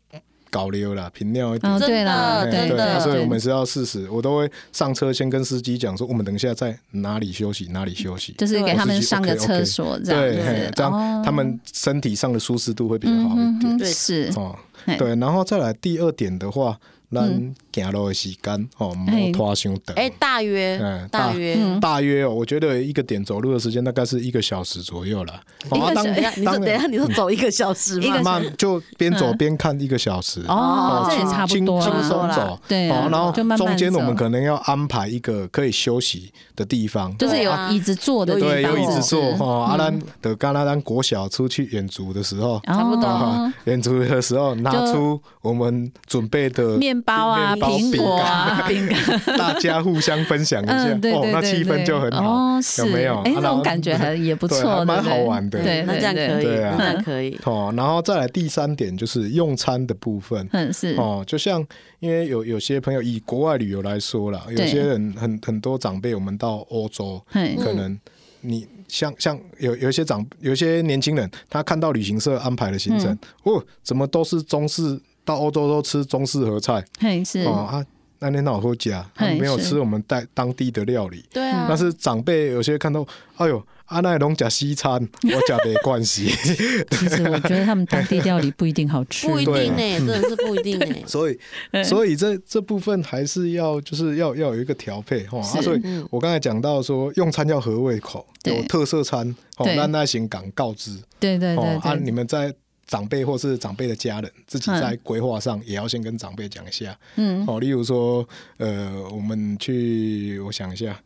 D: 搞溜啦，频尿一点
A: 哦，。对啦，
D: 哎
B: 真的
D: 对啊，
A: 对，
D: 所以我们是要适时，我都会上车先跟司机讲说，我们等一下在哪里休息，哪里休息，
A: 就是给他
D: 我
A: 们
D: 自己
A: 上个
D: OK，OK
A: 厕所这
D: 对，
A: 样
D: 嘿
A: 子，
D: 这
A: 哦嗯
D: 样他们身体上的舒适度会比较好一点。
B: 对
A: 是
D: 哦
A: 嘿，
D: 对，然后再来第二点的话，咱行路的时间哦，唔
A: 嘿
D: 好拖伤长。
B: 哎，大约
D: 嗯
B: 大
D: 大
B: 约，
D: 大约哦，我觉得一个点走路的时间大概是一个小时左右了。
B: 一
D: 哦，
B: 个
D: 啊
B: 小
D: 当
B: 等一下，你说
D: 当
B: 等一下，你说走一个小时吗？
D: 慢慢就边走边看一个小时。
A: 哦
B: 哦，
A: 这也
D: 轻
A: 差不多
D: 轻轻
A: 啦。
D: 松
B: 啦
D: 走，
A: 对啊
D: 哦然后
A: 就慢慢
D: 中间我们
A: 走
D: 可能要安排一个可以休息的地方，哦
A: 就是有
B: 对啊
A: 椅子坐的地方，嗯
D: 对，有椅子坐
A: 是
D: 哈。哦啊，咱的刚刚咱国小出去远足的时候，
A: 差不
D: 啊，远足的时候拿
A: 就
D: 出我们准备的
A: 面包啊，
D: 呃面包
A: 苹果啊， 饼干，
D: 大家互相分 享一下，
A: 嗯，对
D: 哦
A: 对，
D: 那
A: 对
D: 气氛
A: 对
D: 就很好，
A: 哦，是
D: 有没有？
A: 哎，
D: 啊
A: 那
D: 然
A: 种
D: 后
A: 感觉还也不错， 对不对
D: 对还蛮好玩的
A: 对，
B: 那
A: 对
B: 这样可以，
D: 对啊
B: 那这样可以。
D: 哦，然后再来第三点就是用餐的部分。
A: 嗯，是，
D: 哦，就像因为有有些朋友以国外旅游来说啦，有
A: 对
D: 些人很很多长辈，我们到欧洲，
A: 嘿，嗯
D: 可能你像像有有一些长有一些年轻人，他看到旅行社安排的行
A: 嗯
D: 程，哦，怎么都是中式，到欧洲都吃中式合菜，
A: 嘿是
D: 哦，啊，那天老喝家，
A: 嗯
D: 他
A: 嘿
D: 没有
A: 是嗯
D: 吃我们带当地的料理，
B: 对
D: 但
B: 啊，
D: 是长辈有些看到，哎呦，啊，那拢食西餐，我食没关系。
A: 其实我觉得他们当地料理不一定好吃，
B: 不一
D: 对
B: 定
D: 啊
B: 呢、真的是不一定呢、
D: 所以，
A: 嗯
D: 所以这这部分还是要就是要要有一个调配哈、哦啊。所以
B: 嗯
D: 我刚才讲到说，用餐要合胃口，
A: 对
D: 有特色餐，哦
A: 对，
D: 那那行港告知
A: 对对
D: 哦
A: 对
D: 啊，
A: 对，
D: 你们在长辈或是长辈的家人自己
A: 嗯
D: 在规划上也要先跟长辈讲一下
A: 嗯
D: 哦。例如说，呃，我们去，我想一下。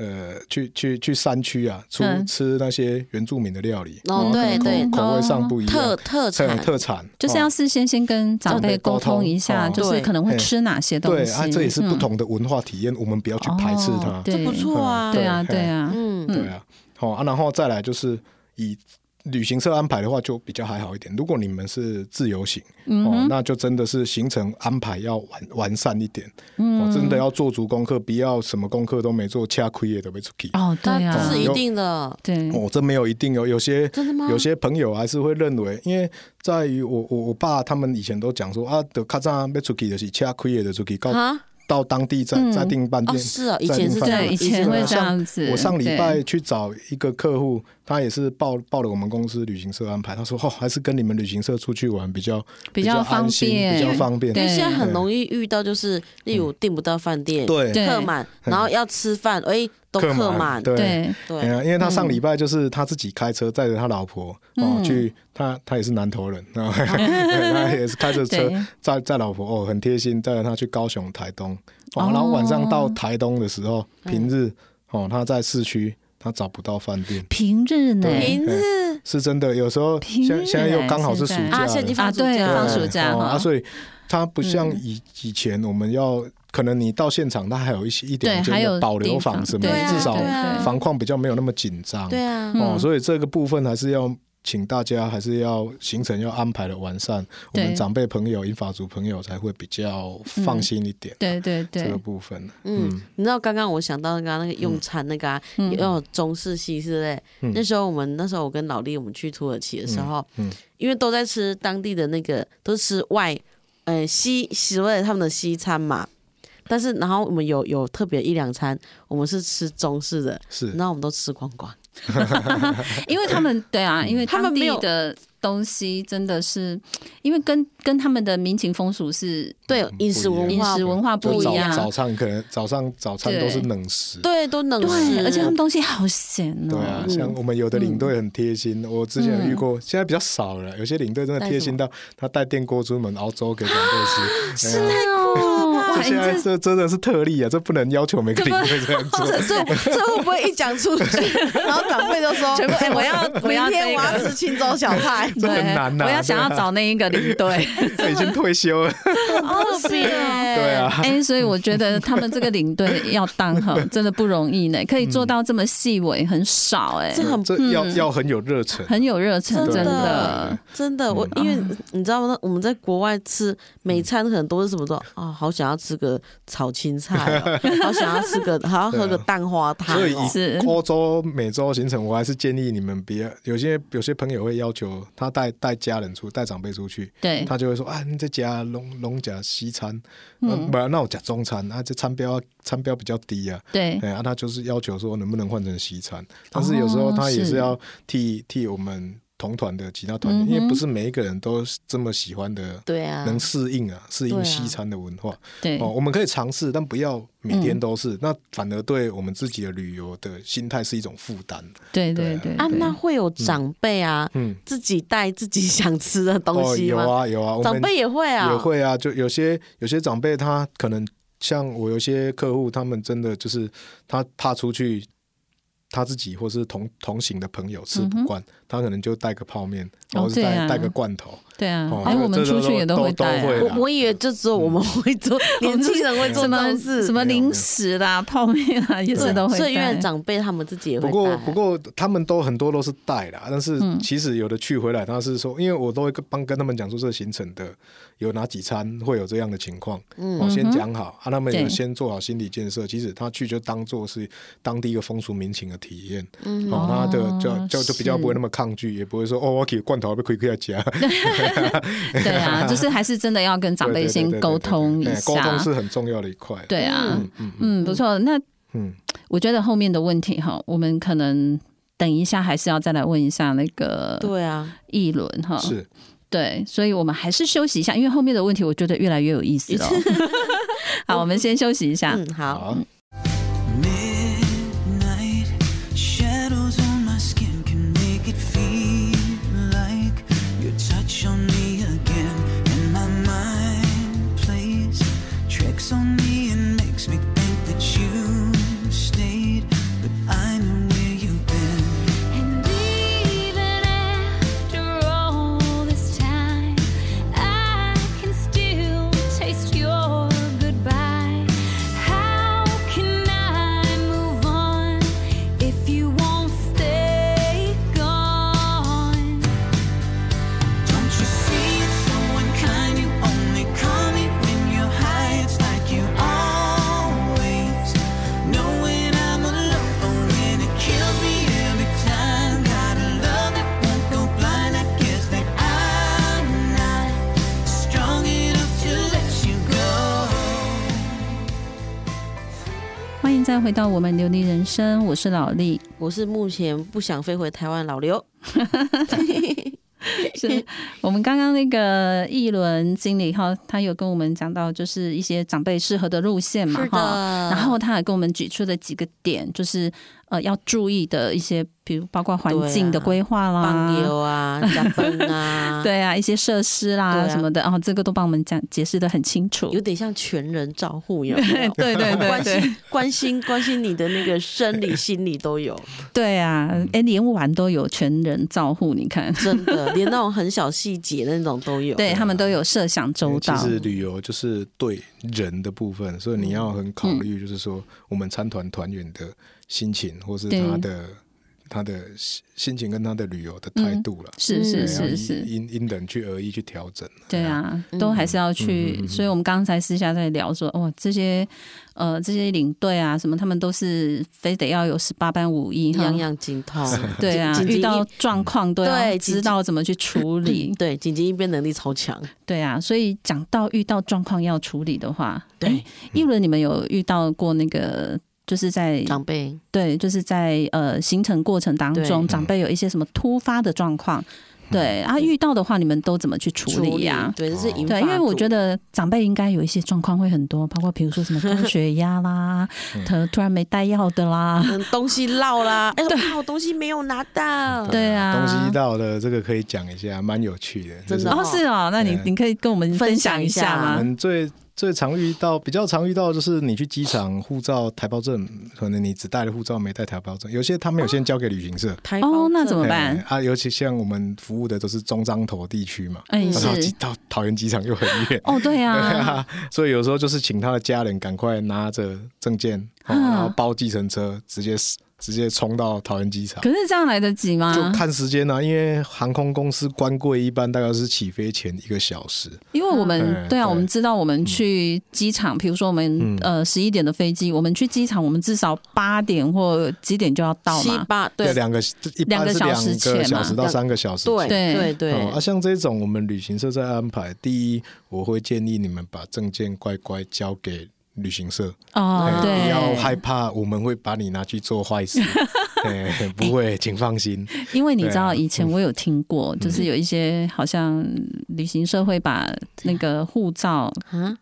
D: 呃，去去去山区啊，出
A: 嗯
D: 吃那些原住民的料理，
B: 哦，对对，
D: 口口味上
A: 哦
D: 不一样，
B: 特特
D: 特
B: 产，
D: 特产
A: 就是
D: 哦
A: 要事先先跟长辈沟通一下，
D: 长辈
B: 沟
A: 就
B: 通
A: 是可能会吃哪些东
D: 哦对
A: 西。嗯
D: 啊，这也是不同的文化体验，我们不要去排斥它
A: 哦。对
B: 这不错啊。
A: 对啊，
D: 对
A: 对啊，
B: 嗯，
D: 对啊，好、啊，然后再来就是以旅行社安排的话，就比较还好一点。如果你们是自由行，哦，那就真的是行程安排要完完善一点，哦，真的要做足功课，不要什么功课都没做，掐亏也都没出去。
A: 哦，对
B: 那这
A: 啊
B: 是，一定的，
A: 对，
D: 哦，这没有一定有，有些
B: 真的吗？
D: 有些朋友还是会认为，因为在于我我我爸他们以前都讲说啊，得卡扎要出去就是掐亏也得出去，到
B: 啊，
D: 到当地再、再订饭
B: 哦，
D: 店，
B: 是哦，以
D: 在
B: 前
D: 另
B: 是
D: 外
B: 这样，
A: 对，以前会这样子。
D: 我上礼
A: 对
D: 拜去找一个客户，他也是报报了我们公司旅行社安排，他说哦，还是跟你们旅行社出去玩比较
A: 比较
D: 安
A: 方
D: 心
A: 便
D: 比较方便。
B: 因
A: 对
B: 为现在很容易遇到，就是例如订不到饭店，
D: 嗯对
A: 对
B: 客满，然后要吃饭，哎，都客满，
D: 对。
A: 对，
D: 哎
B: 对，
D: 呀，因为他
A: 嗯
D: 上礼拜就是他自己开车载着他老婆哦去，他他也是南投人，然后 对他也是开着车
A: 对
D: 载载老婆哦，很贴心，载着他去高雄、台东
A: 哦
D: 哦，然后晚上到台东的时候，平日哦他在市区他找不到饭店，
A: 平日呢，
D: 对
B: 平日
D: 是真的，有时候
A: 平
D: 现
A: 日
D: 现在又
A: 欸
D: 刚好是暑
A: 现在
D: 假了，
B: 啊，现在已经
A: 啊
B: 放暑
A: 对
B: 假
A: 啊
D: 对
A: 放
B: 了，
A: 暑假
D: 哦
A: 哈
D: 啊，所以它不像
A: 嗯
D: 以以前我们要，可能你到现场，它还有一些一
A: 对，
D: 点
A: 还
D: 点
A: 有
D: 的保留
A: 地
D: 房什么
A: 对
D: 的，
A: 啊
D: 至少
A: 对啊
D: 房况比较没有那么紧张。
B: 对啊，
A: 嗯
D: 哦，所以这个部分还是要。请大家还是要行程要安排的完善，我
A: 对
D: 们长辈朋友、银发族朋友才会比较放心一点。
A: 对对
D: 这
A: 对
D: 个，部分，
B: 嗯，你知道刚刚我想到刚刚那个用餐那个啊，
A: 嗯
B: 有中式西式嘞。那时候我们那时候我跟老弟我们去土耳其的时候，
D: 嗯嗯
B: 因为都在吃当地的那个，都吃外，呃西所谓的他们的西餐嘛。但是然后我们有有特别一两餐，我们是吃中式的，
D: 是
B: 然后我们都吃光光。
A: 因为他们对啊，因为
B: 他们
A: 当地
B: 没有
A: 的东西真的是，因为跟跟他们的民情风俗是，
B: 对，嗯饮食
D: 不一
B: 文
D: 样
B: 化
A: 饮食文化不
D: 就
A: 一
D: 早
A: 样
D: 早上可能早上早餐
A: 对
D: 都是冷食，
B: 对都能吃，
A: 对，而且他 们东西好咸哦，
D: 对啊，像我们有的领队很贴心，我之前有遇过，现在比较少了。有些领队真的贴心到他带电锅出门熬粥给长辈吃，是哎
A: 哦，哇，
D: 现在
A: 这
D: 这真的是特例啊，这不能要求每个领队这样做。
B: 这这这会不会一讲 出去，然后长辈就说，
A: 全部哎我要我要
B: 明天
A: 这
B: 我要
A: 个
B: 吃青州小菜，
D: 这很难啊呐
A: 我要想要找那一个领队，
D: 这已经退休了，
B: 哦，是哎
D: 对啊，
A: 哎、所以我觉得他们这个领队要当哈，真的不容易呢，可以
D: 嗯
A: 做到这么细微，很少哎、
B: 这很
D: 这要要很有热忱。
A: 很有热忱，
B: 真
A: 真
B: 的
A: 的。
B: 真
D: 嗯
B: 的，我
D: 啊
B: 因为你知道吗？我们在国外吃每餐可能都是什么说啊，好想要吃个炒青菜 哦，好想要吃个，好要喝个蛋花汤
D: 啊所以
B: 哦。
A: 是
D: 以欧洲、美洲行程，我还是建议你们别有些有些朋友会要求他带带家人出带长辈出去，
A: 对
D: 他就会说啊，你这家龙龙甲西餐，嗯，不，那我讲中餐，啊，这餐标餐标比较低啊，
A: 对
D: 哎，啊，他就是要求说能不能换成西餐，但
B: 哦
D: 是有时候他也
A: 是
D: 是要替替我们同团的其他团员，因为不是每一个人都是这么喜欢的，
B: 对嗯啊，
D: 能适应啊，适
B: 对啊
D: 应西餐的文化。
A: 对
D: 哦，我们可以尝试，但不要每
B: 嗯
D: 天都是，那反而对我们自己的旅游的心态是一种负担。
A: 对对对
B: 啊，
A: 对
B: 那会有长辈啊，
D: 嗯，
B: 自己带自己想吃的东
D: 哦，
B: 西
D: 有
B: 吗？
D: 啊有啊，我
B: 长
D: 们
B: 辈也会啊，
D: 也会啊，就有些有些长辈他可能像我有些客户，他们真的就是他怕出去。他自己或是同同行的朋友吃不惯，他可能就带个泡面，
A: 嗯哦
D: 或者是带、
A: 对啊
D: 带个罐头。
A: 对啊
D: 哦，
A: 哎、
D: 这个
A: 我们
D: 这
A: 出
D: 个
A: 去也
D: 都
A: 会
D: 都
A: 带、
D: 会
A: 啊
D: 的。
B: 我我以为就只有我们
D: 嗯
B: 会 做，年轻人会做这
A: 什么
B: 种
A: 什
B: 事。
A: 么零食啦、泡面啊，也是
D: 对
A: 都会带。
B: 所以因为长辈他们自己也
D: 不
B: 会
D: 过
B: 带
D: 不过他们都很多都是带啦，但是
A: 嗯
D: 其实有的去回来他是说，因为我都会跟帮跟他们讲说这个行程的有哪几餐会有这样的情况，我、先讲好啊，他们
A: 嗯对
D: 有先做好心理建设，其实他去就当做是当地一个风俗民情的体验，哦，他的
A: 哦
D: 就就就比较
A: 是
D: 不会那么抗拒，也不会说哦，我给罐头被亏亏在家，
A: 对啊， 就是还是真的要跟长辈
D: 对对对
A: 先
D: 对对
A: 沟
D: 对
A: 通一
D: 哎
A: 下，
D: 沟通是很重要的一块，
A: 对啊，
D: 嗯嗯
A: 嗯，不错。那
D: 嗯
A: 我觉得后面的问题哈，我们可能等一下还是要再来问一下那个
B: 对啊，
A: 议轮哈。
D: 是
A: 对，所以我们还是休息一下，因为后面的问题我觉得越来越有意思 了。好，我们先休息一下。
B: 嗯，好。
D: 好。
F: Midnight shadows on my skin can make it feel like your touch on me again, and my mind plays tricks on me and makes me think that you stayed, but I know where you've been.
E: And even after all this time, I can still taste your goodbye. How can I move on if you won't stay gone?
F: Don't you see it's so unkind? You only call me when you're high. It's like you always know when I'm alone. Oh, and it kills me every time. Got a love that won't go blind. I guess that I'm not strong enough to let you go.
A: 欢迎再回到我们流利人生，我是老丽。
B: 我是目前不想飞回台湾老刘，
A: 是 我们刚刚那个议轮经理哈，他有跟我们讲到，就是一些长辈适合的路线嘛
B: 是的
A: 哈。然后他还跟我们举出了几个点，就是呃要注意的一些，比如包括环境的
B: 对啊
A: 规划啦
B: 棒，油啊，加班啊，，
A: 对啊，一些设施啦
B: 对啊
A: 什么的，然后这个都帮我们讲解释的很清楚？
B: 有。点像全人照护有没有
A: 对对对
B: 关
A: 对
B: 心关心关心你的那个生理心理都有，
A: 对啊，哎，连玩都有全人照护，你看，
B: 真的，连那种很小细节的那种都有。
A: 对他们都有设想周
D: 其
A: 到。
D: 实旅游就是对人的部分，所以你要很考虑，就是说我们参团团员的心情，或是
A: 对
D: 他的他的心心情跟他的旅游的态度了。
A: 是
D: 对
A: 嗯是
D: 啊
A: 是是，
D: 因因人去而异去调整。
A: 对啊，都还是要去。
D: 嗯嗯嗯嗯
A: 所以我们刚才私下在聊说，哦，这些呃这些领队啊什么，他们都是非得要有十八般武艺哈
B: 样。样精通，
A: 嗯对啊，
B: 紧紧
A: 遇到
B: 一
A: 状况都要
B: 对紧嗯
A: 知道怎么去处理。
B: 对紧急应变能力超强。
A: 对啊，所以讲到遇到状况要处理的话，
B: 对
A: 诶，一轮你们有遇到过那个？就是在
B: 长辈
A: 对，就是在呃行程过程当中，
B: 对嗯
A: 长辈有一些什么突发的状况，对啊，遇到的话你们都怎么去处理呀、
B: 对，这
D: 哦
B: 是引
A: 对，因为我觉
B: 得
A: 得长辈应该有一些状况会很多，包括比如说什 么高血压啦，突突然没带药的啦，
B: 嗯东西落 啦，哎，我我东西没有拿到，
A: 对啊
D: 东西到了，这个可以讲一下，蛮有趣的。就
B: 真
D: 是
B: 的
A: 哦
B: 哦
A: 是哦，那你
D: 对
A: 你可以跟我们分享一下
D: 我
A: 吗？
D: 们最最常遇到、比较常遇到，就是你去机场护照、台胞证，可能你只带了护照没带台胞证，有些他没有先交给旅行社。
B: 台胞
A: 哦，那
B: 证
A: 哦怎么
D: 哎
A: 办？
D: 啊，尤其像我们服务的都是中彰投地区嘛，
A: 哎，
D: 那到
A: 是
D: 到桃园机场又很 远。
A: 哦，对
D: 对
A: 啊，
D: 啊，所以有时候就是请他的家人赶快拿着证件，哦
A: 嗯
D: 然后包计程车，直接直接冲到桃园机场
A: 可。是这样来得及吗？
D: 就看时间啊，因为航空公司关柜一般大概是起飞前一个小时，
A: 因为我们
D: 嗯
A: 对啊，
D: 对
A: 我们知道我们去机场，比如说我们呃十一点的飞机，我们去机场，我们至少八点或几点就要到
B: 七
A: 嘛。
B: 八
D: 要
B: 对
D: 两个一
A: 两
D: 般
A: 个
D: 是
A: 小
D: 两
A: 时前
D: 个小
A: 嘛
D: 时到三个小时前。
B: 对
A: 对
B: 对
D: 哦，啊，
B: 对，
D: 像这种我们旅行社在安排，第一，我会建议你们把证件乖乖交给旅行社，
A: 哦，
D: 哎
A: 对，
D: 不要害怕，我们会把你拿去做坏事，哎，不会，请放心。
A: 因为你
D: 对
A: 知道，
D: 啊嗯
A: 以前我有听过，就是有一些好像旅行社会把那个护照，
B: 啊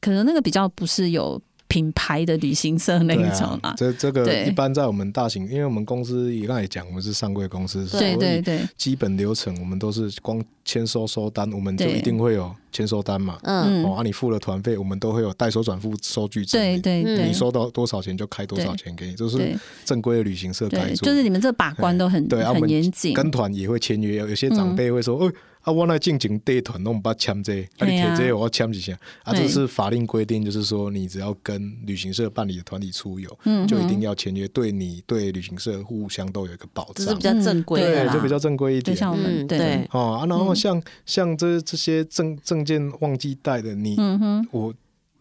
A: 可能那个比较不是有品牌的旅行社那一
D: 对
A: 种
D: 啊
A: 啦，。
D: 这这个
A: 对
D: 一般在我们大型，因为我们公司也刚才也讲，我们是上柜公司，
A: 对对。对，
D: 基本流程我们都是光签收收单，我们就
A: 对
D: 一定会有签收单嘛。
B: 嗯，
D: 哦，
A: 嗯，
D: 啊，你付了团费，我们都会有代收转付收据证
A: 对
D: 明。
A: 对
B: 嗯
A: 对
D: 你收到多少钱就开多少钱给你，这是
A: 对
D: 正规的旅行社该
A: 对，
D: 做。
A: 就是你们这把关都很
D: 对啊，我
A: 很
D: 们
A: 严谨，嗯
D: 跟团也会签约，有有些长辈会说，哦、啊，我那进前带团，弄不签这个，啊，
A: 对
D: 你
A: 啊
D: 贴这个我要签一下。啊，
A: 对
D: 这是法令规定，就是说你只要跟旅行社办理的团体出游，
A: 嗯
D: 就一定
A: 要
D: 要签约，对你对旅行社互相都有一个保
B: 这是
D: 障
B: 比，较正规的
D: 嗯对，
B: 啦，
D: 就比较正规一
A: 就
D: 点。
A: 像我们
B: 嗯
A: 对，
B: 对
D: 哦、啊，然后
A: 嗯
D: 像、像这这些证证件忘记带的，你、
A: 嗯哼，
D: 我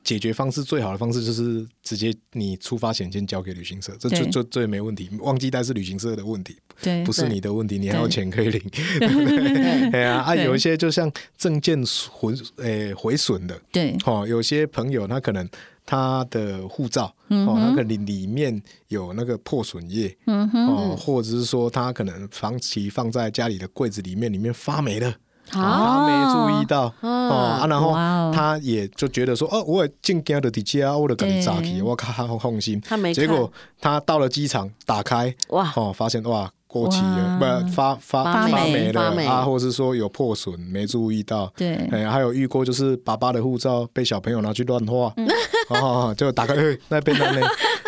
D: 解决方式最好的方式就是直接你出发前先交给旅行社，这
A: 对
D: 就就最没问题。忘记带是旅行社的问题，
A: 对
D: 不是你的问题，你还有
A: 对
D: 钱可以领。
B: 对
D: 哎呀，啊，
A: 对
D: 有一哎些就像证件毁诶毁损的，
A: 对
D: 哦，有些朋友他可能他的护照，哦，他可能里面有那个破损叶，嗯哼，哦，或者是说他可能长期放在家里的柜子里面，里面发霉了。他没注意到哦啊，然后
A: 哇哦
D: 他也就觉得说，哦，我进家的底下，我的给你炸起，
A: 对
D: 我靠，放心。
B: 他没看
D: 结果他到了机场，打开
B: 哇
D: 哦，发现哇过期了，
A: 哇
D: 不发发
B: 啊发霉
D: 霉了
B: 发霉
D: 啊，或是说有破损，没注意到。
A: 对
D: 哎，还有遇过就是爸爸的护照被小朋友拿去乱画， 哦，就打开哎那边那边，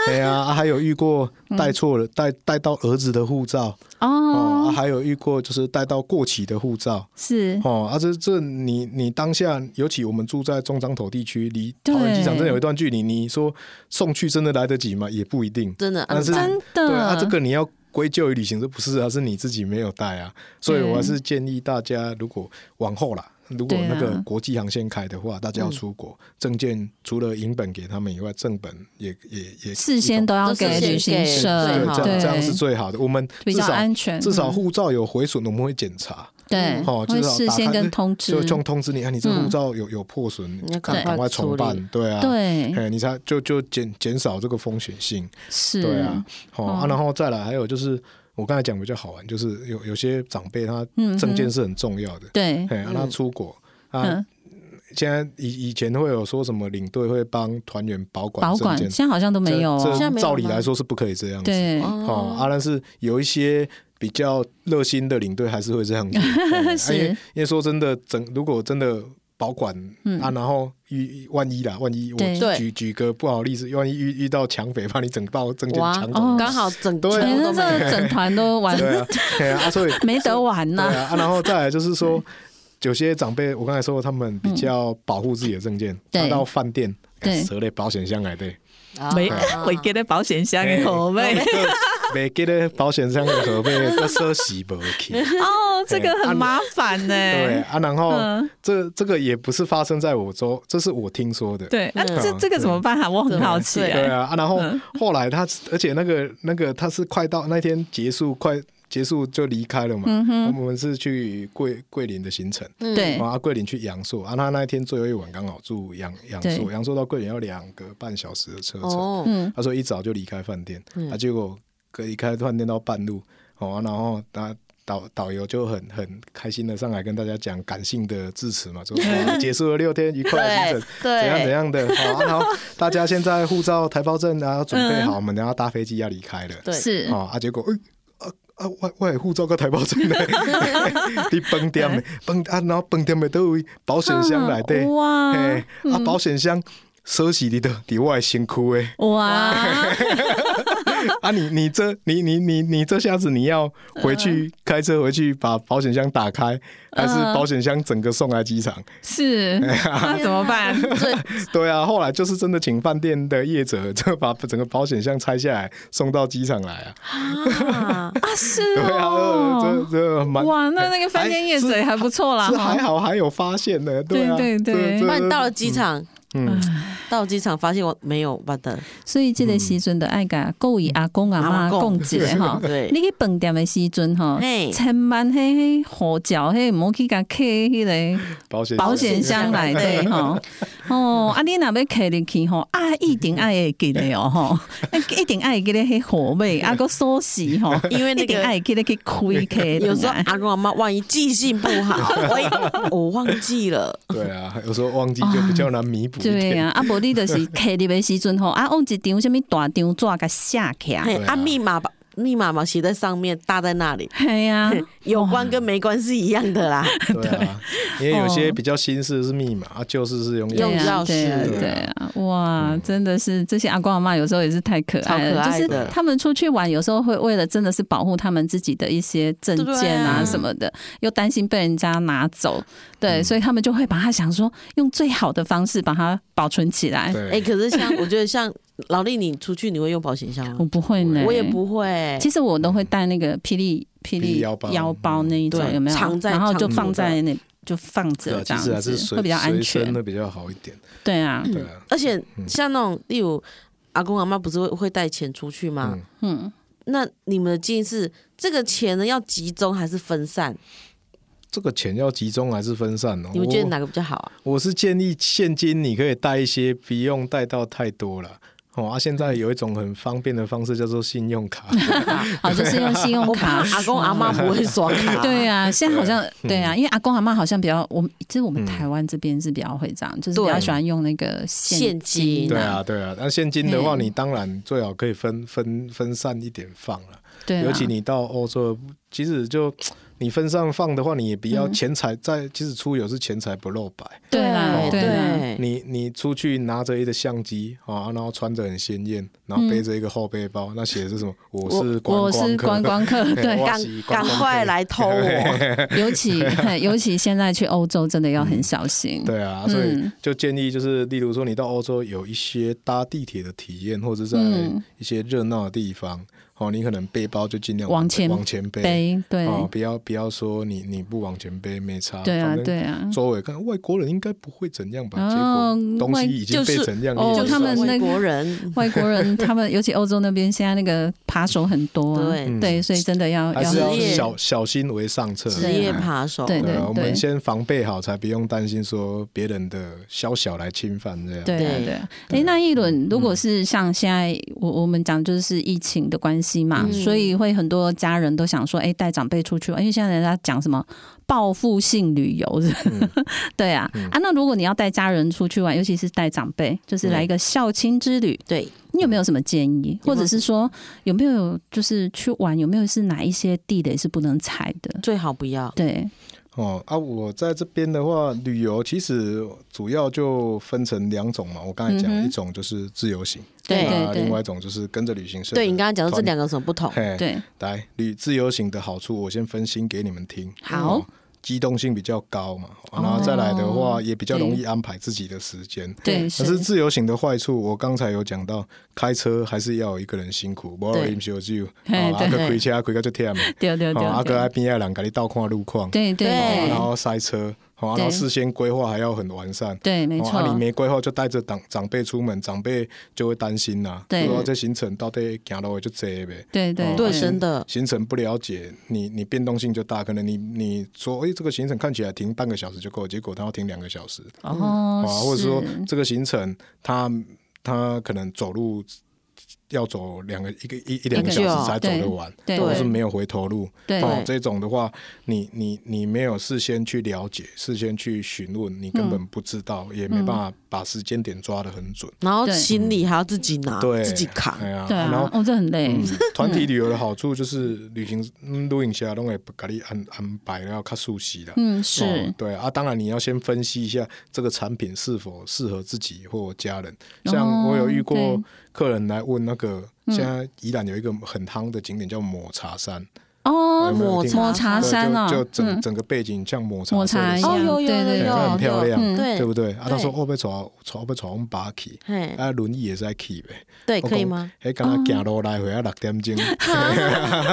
D: 哎呀，啊还有遇过带错了，带带到儿子的护照，哦，啊
A: 哦，
D: 还有遇过就是带到过期的护照。
A: 是
D: 哦，啊，这这你你当下，尤其我们住在中彰投地区，离
A: 对
D: 桃园机场真的有一段距离，你说送去真的来得及吗？也不一定。
B: 真的，啊
D: 但是
A: 真的
D: 对啊，这个你要归咎于旅行社，不是啊，是你自己没有带啊。所以
A: 对
D: 我还是建议大家，如果往后啦，如果
A: 对啊嗯
D: 那个国际航线开的话，大家要出国，证件除了银本给他们以外，正本也也也
A: 事先都要
B: 都
A: 给
B: 事先
A: 旅行
B: 给
A: 社
D: 对，
B: 最好，
D: 这样这样是
A: 对，
D: 最好的。我们
A: 比
D: 至
A: 较
D: 少
A: 安全，
D: 至少
A: 嗯
D: 护照有毁损，我们会检查。
A: 对，
D: 哦，
A: 会
D: 至少
A: 事
D: 打
A: 先
D: 开
A: 跟
D: 就
A: 通知
D: 就，就通知你，啊，你这护照有有破损，
B: 你要
D: 赶
B: 赶
D: 赶
B: 快
D: 快
B: 处
D: 重
B: 理
D: 办，对啊，，
A: 嗯对，
D: 哎，你才就就减减少这个风险性，
A: 是，
D: 对啊，好
A: 哦
D: 啊，然后再来还有就是我刚才讲比较好玩，就是有有些长辈他
A: 嗯
D: 证件
A: 哼
D: 是很重要的，
A: 对，
D: 哎，啊他出国啊
A: 嗯，，
D: 现在以以前会有说什么领队会帮团员保管
A: 保
D: 证
A: 管
D: 件，
A: 现在好像都没有
D: 这
A: 哦，
B: 现在没有
D: 这照理
B: 吗
D: 来说是不可以这样子，
A: 对，
D: 哦，啊，但是有一些比较热心的领队还是会这样 子，
A: 是
D: 对啊因为因为说真的，整如果真的保管、啊，然后遇万一啦，万一
A: 嗯对
D: 我
B: 对
D: 举举个不好的例子，万一遇遇到抢匪把你整包证件
B: 哇
D: 抢，
A: 哦
D: 走，
B: 刚好整
D: 对
B: 全
A: 反
B: 部都
A: 正
B: 没有
A: 这整团都玩
D: 对啊，对啊，啊所以
A: 没得玩
D: 对
A: 呐，
D: 啊，啊然后再来就是说，有些长辈我刚才说他们比较保护自己的证件，
A: 嗯对
D: 拿到饭店，
A: 对
D: 折嘞保险箱来对。
A: 没
B: 啊
A: 我给的保险箱
D: 哎
A: 口 味
D: 没记得保险箱的何备，那收洗不 去。
A: 哦，这个
D: 哎啊
A: 很麻烦呢，
D: 对啊，然后、
A: 嗯
D: 这这个也不是发生在我周，这是我听说的。
A: 对，那
D: 嗯
A: 这这个怎么办啊？我很好奇
D: 对
A: 哎，
D: 啊，啊然后后来他，而且那个那个他是快到那天结束，快结束就离开了嘛。
A: 嗯
D: 我们是去桂桂林的行程，
A: 对
D: 啊，桂林去阳朔啊，他那一天最后一晚刚好住阳阳朔，
A: 对
D: 阳朔到桂林要两个半小时的车程。
B: 哦，嗯
A: 嗯，
D: 他说一早就离开饭店，啊，结果可离开饭店到半路，哦，然后他导导游就很很开心的上来跟大家讲感性的致辞嘛，说、 哦结束了六天愉快的行程，
B: 对对
D: 怎样怎样的，好、啊，然后大家现在护照、台胞证啊准
B: 嗯
D: 备好，我们等下搭飞机要离开了，
B: 对
A: 是
D: 哦啊，结果哎。啊啊，我我的护照跟台胞证 呢？ 你饭店的，饭啊，然后饭店的都位保险箱内底，
A: 嗯哇嗯
D: 嘿，啊，保险箱锁匙伫的，伫我的 身躯诶。
A: 哇，
D: 啊你，你这你你你你这下子你要回
A: 嗯
D: 去、开车回去把保险箱打开，还是保险箱整个送来机场？
A: 是那怎么办？
D: 对啊，后来就是真的请饭店的业者就把整个保险箱拆下来送到机场来
B: 啊，
D: 啊。
A: 是
D: 对啊，
A: 哦
D: 呃，这这蛮
A: 哇，那那个饭店业者也还不错啦，
D: 是还
A: 哈，
D: 好还有发现呢。啊，
A: 对对对
D: 这
B: 不
D: 这
B: 然到了机场，
D: 嗯，
B: 到了机场发现我没有把的，
A: 所以这个时阵就爱甲各位阿公阿妈
B: 嗯阿公
A: 讲一下哈。
B: 对
A: 你去饭店的时阵吼，
B: 嘿
A: 千万迄迄护照迄毋好去甲客迄个
D: 保险
A: 保险箱内底吼。哦，啊你若要客入去吼，啊一定爱会记得哦吼， 啊一定爱会记得迄号码，啊个锁匙吼，
B: 因为那个
A: 一定爱会记得去开客。
B: 有时候阿公阿妈万一记性不 好，我我忘记了，
D: 对啊，有时候忘记就比较难弥补一点。
A: 对啊，啊无你就是客入的时阵吼，啊用一张什物大张纸甲写起来，
B: 嘿，
D: 对啊
B: 啊密码吧，密码嘛写在上面，搭在那里，
A: 系啊，
B: 有关跟没关是一样的啦，
D: 对啊，因为有些比较新式是密码，
A: 哦
D: 啊，旧式是用
B: 用
A: 对啊
B: 钥匙
A: 对啊，
D: 对啊
A: 对啊，
D: 嗯
A: 哇，真的是这些阿公阿妈有时候也是太可爱了，
B: 超可
A: 就
B: 爱
A: 是
B: 的
A: 他们出去玩有时候会为了真的是保护他们自己的一些证件啊
B: 对啊
A: 什么的，又担心被人家拿走，
D: 嗯
A: 对，所以他们就会把它想说用最好的方式把它保存起来。
D: 对，
B: 哎、可是像我觉得像劳力，你出去你会用保险箱
A: 我
B: 吗？
A: 不会呢，
B: 我也。不会。
A: 其实我都会带那个霹雳霹
D: 霹雳
A: 雳
D: 腰包
A: 腰包那一种
B: 对
A: 有没有
B: 藏？在
A: 然后就
B: 藏
A: 放
B: 着
A: 在那就放着
D: 对啊，
A: 这
D: 其实还
A: 样
D: 是
A: 子
D: 随
A: 会比较安
D: 随身
A: 全
D: 的。比较好一点。
A: 对啊，
D: 对啊，
B: 而且像那种，例如阿公阿妈不是会会带钱出去吗？
A: 嗯，
D: 哦
B: 那你们的建议是，这个钱呢要集中还是分散？
D: 这个钱要集中还是分散呢？
B: 你们觉得
D: 我
B: 哪个比较好啊？
D: 我是建议现金你可以带一些，不用带到太多了。哦，啊，现在
A: 嗯
D: 有一种很方便的方式叫做信 用卡，
A: 好，就是用信用
B: 我怕
A: 卡。
B: 阿公阿妈不会刷卡，
A: 对啊，现在好像对啊，因为阿公阿妈好像比较，我们其实我们台湾这边是比较会这样，就是比较
B: 对
A: 喜欢用那个现
B: 现金
D: 对啊，对啊。那现金的话，
A: 嗯
D: 你当然最好可以分分分散一点放了。
A: 对啊，
D: 尤其你到欧洲，即使就你分散放的话，你也不
A: 嗯
D: 要钱财在，即使出游是钱财不露白。
A: 对啦
B: 对，
A: 对啊啦，
B: 对，
D: 你你出去拿着一个相机啊，然后穿着很鲜艳，然后背着一个后背包，那写的是什么？我是
A: 嗯我
D: 观
A: 是
D: 光
A: 观光客，对，
D: 哇
B: 赶
D: 西观
B: 赶
D: 光
B: 快
D: 客
B: 来偷我！
D: 啊
A: 尤其 嘿尤其现在去欧洲真的要很小心。
D: 对啊，
A: 嗯
D: 所以就建议就是，例如说你到欧洲有一些搭地铁的体验，或者在
A: 嗯
D: 一些热闹的地方，哦，你可能背包就尽量
A: 往前
D: 往前背，
A: 背对
D: 哦，不要不要说你你不往前背没差，
A: 对啊
D: 反正
A: 对啊。
D: 周围看外国人应该不会怎样吧？结
A: 哦
D: 果东西已经被怎样？
A: 外
D: 你也
A: 哦
D: 不
A: 他们
D: 知道
A: 那
B: 外
A: 个
B: 国人，
A: 外国人他们尤其欧洲那边现在那个扒手很多啊，
B: 对
A: 对，所以真的要
D: 还是要
B: 职业
D: 小小心为上策。
B: 职业扒手，
A: 对
D: 对啊，我们
A: 对
D: 先防备好，才不用担心说别人的宵小来侵犯这样。嗯
A: 对啊，
B: 对
A: 对啊。哎，那一轮如果是像现在我我们讲就是疫情的关系嘛，
B: 嗯
A: 所以会很多家人都想说，哎，带长辈出去玩，因为现在人家讲什么报复性旅游，是不是
D: 嗯
A: 对啊啊。那如果你要带家人出去玩，尤其是带长辈，就是
D: 嗯
A: 来一个孝亲之旅，
B: 对，
A: 你有没有什么建议，或者是说有没有就是去玩有没有是哪一些地雷是不能踩的？
B: 最好不要。
A: 对，
D: 哦啊，我在这边的话，旅游其实主要就分成两种嘛。我刚才讲，
A: 嗯哼
D: 一种就是自由行，
A: 对
D: 啊，
A: 对
D: 另外
A: 对
D: 一种就是跟着旅行社的团。
B: 对你刚刚讲到这两个有什么不同？
D: 嘿，
A: 对，
D: 来旅自由行的好处，我先分析给你们听。
A: 好哦
D: 哦，机动性比较高嘛，然后再来的话也比较容易安排自己的时间。
A: 对
D: 可是自由行的坏处，我刚才有讲到，开车还是要有一个人辛苦，无人小酒，
A: 嘿
D: 啊，
A: 对
D: 个开车开到就忝嘛，
A: 对对对
D: 啊，个爱
A: 对
D: 边仔人给你倒看路况，
A: 对对
D: 哦
B: 对
D: 然后塞车，哦然后事先规划还要很完善。
A: 对，没
D: 哦啊你
A: 错，
D: 没规划就带着长长辈出门，长辈就会担心啦。
A: 对
D: 说这行程到底行路就这呗。
A: 对对
B: 对，真的，
D: 行程不了解，你你变动性就大，可能你你说，哎、这个行程看起来停半个小时就够，结果他要停两个小时、
A: 哦
D: 啊，，或者
A: 是
D: 说这个行程他他可能走路要走两个一个一一两个小
B: 一个
D: 时才走得完，
A: 对
D: 或者是
A: 对
D: 没有回头路，
A: 对
D: 哦，这种的话，你你你没有事先去了解，事先去询问，你根本不知道，也没办法把时间点抓得很准，
B: 然后
A: 对
B: 行李还要自己拿，
D: 对，
B: 啊自己扛，
D: 哎呀
A: 对
D: 然后
A: 啊，哦，这很累，
D: 嗯， 团体旅游的好处就是旅行嗯露营社拢会把你安安排了较熟悉啦。
A: 嗯，
D: 哦
A: 是，
D: 对啊，当然你要先分析一下这个产品是否适合自己或家人。
A: 哦
D: 像我有遇过
A: 对嗯
D: 客人来问那个，现在宜兰有一个很夯的景点叫抹茶山，
A: 哦，
D: 有没有
A: 抹
D: 听过
A: 抹茶
D: 对
A: 山
D: 就
A: 哦
D: 就，整
A: 嗯，
D: 整个背景像抹茶
A: 抹
D: 色
A: 茶
D: 的
A: 一
D: 山
B: 哦
A: 样，
B: 有有
A: 对对
B: 有
D: 对
B: 有
D: 很漂亮，
A: 嗯
B: 对
D: 对不对？啊，他
B: 对
D: 说会不会从从会从我们拔起，
B: 嘿，
D: 啊，轮椅也是在起呗。
B: 对，
D: 我
B: 可以
D: 讲
B: 吗？？
D: 哎，
A: 哦
D: 刚刚行路来回要六 点钟。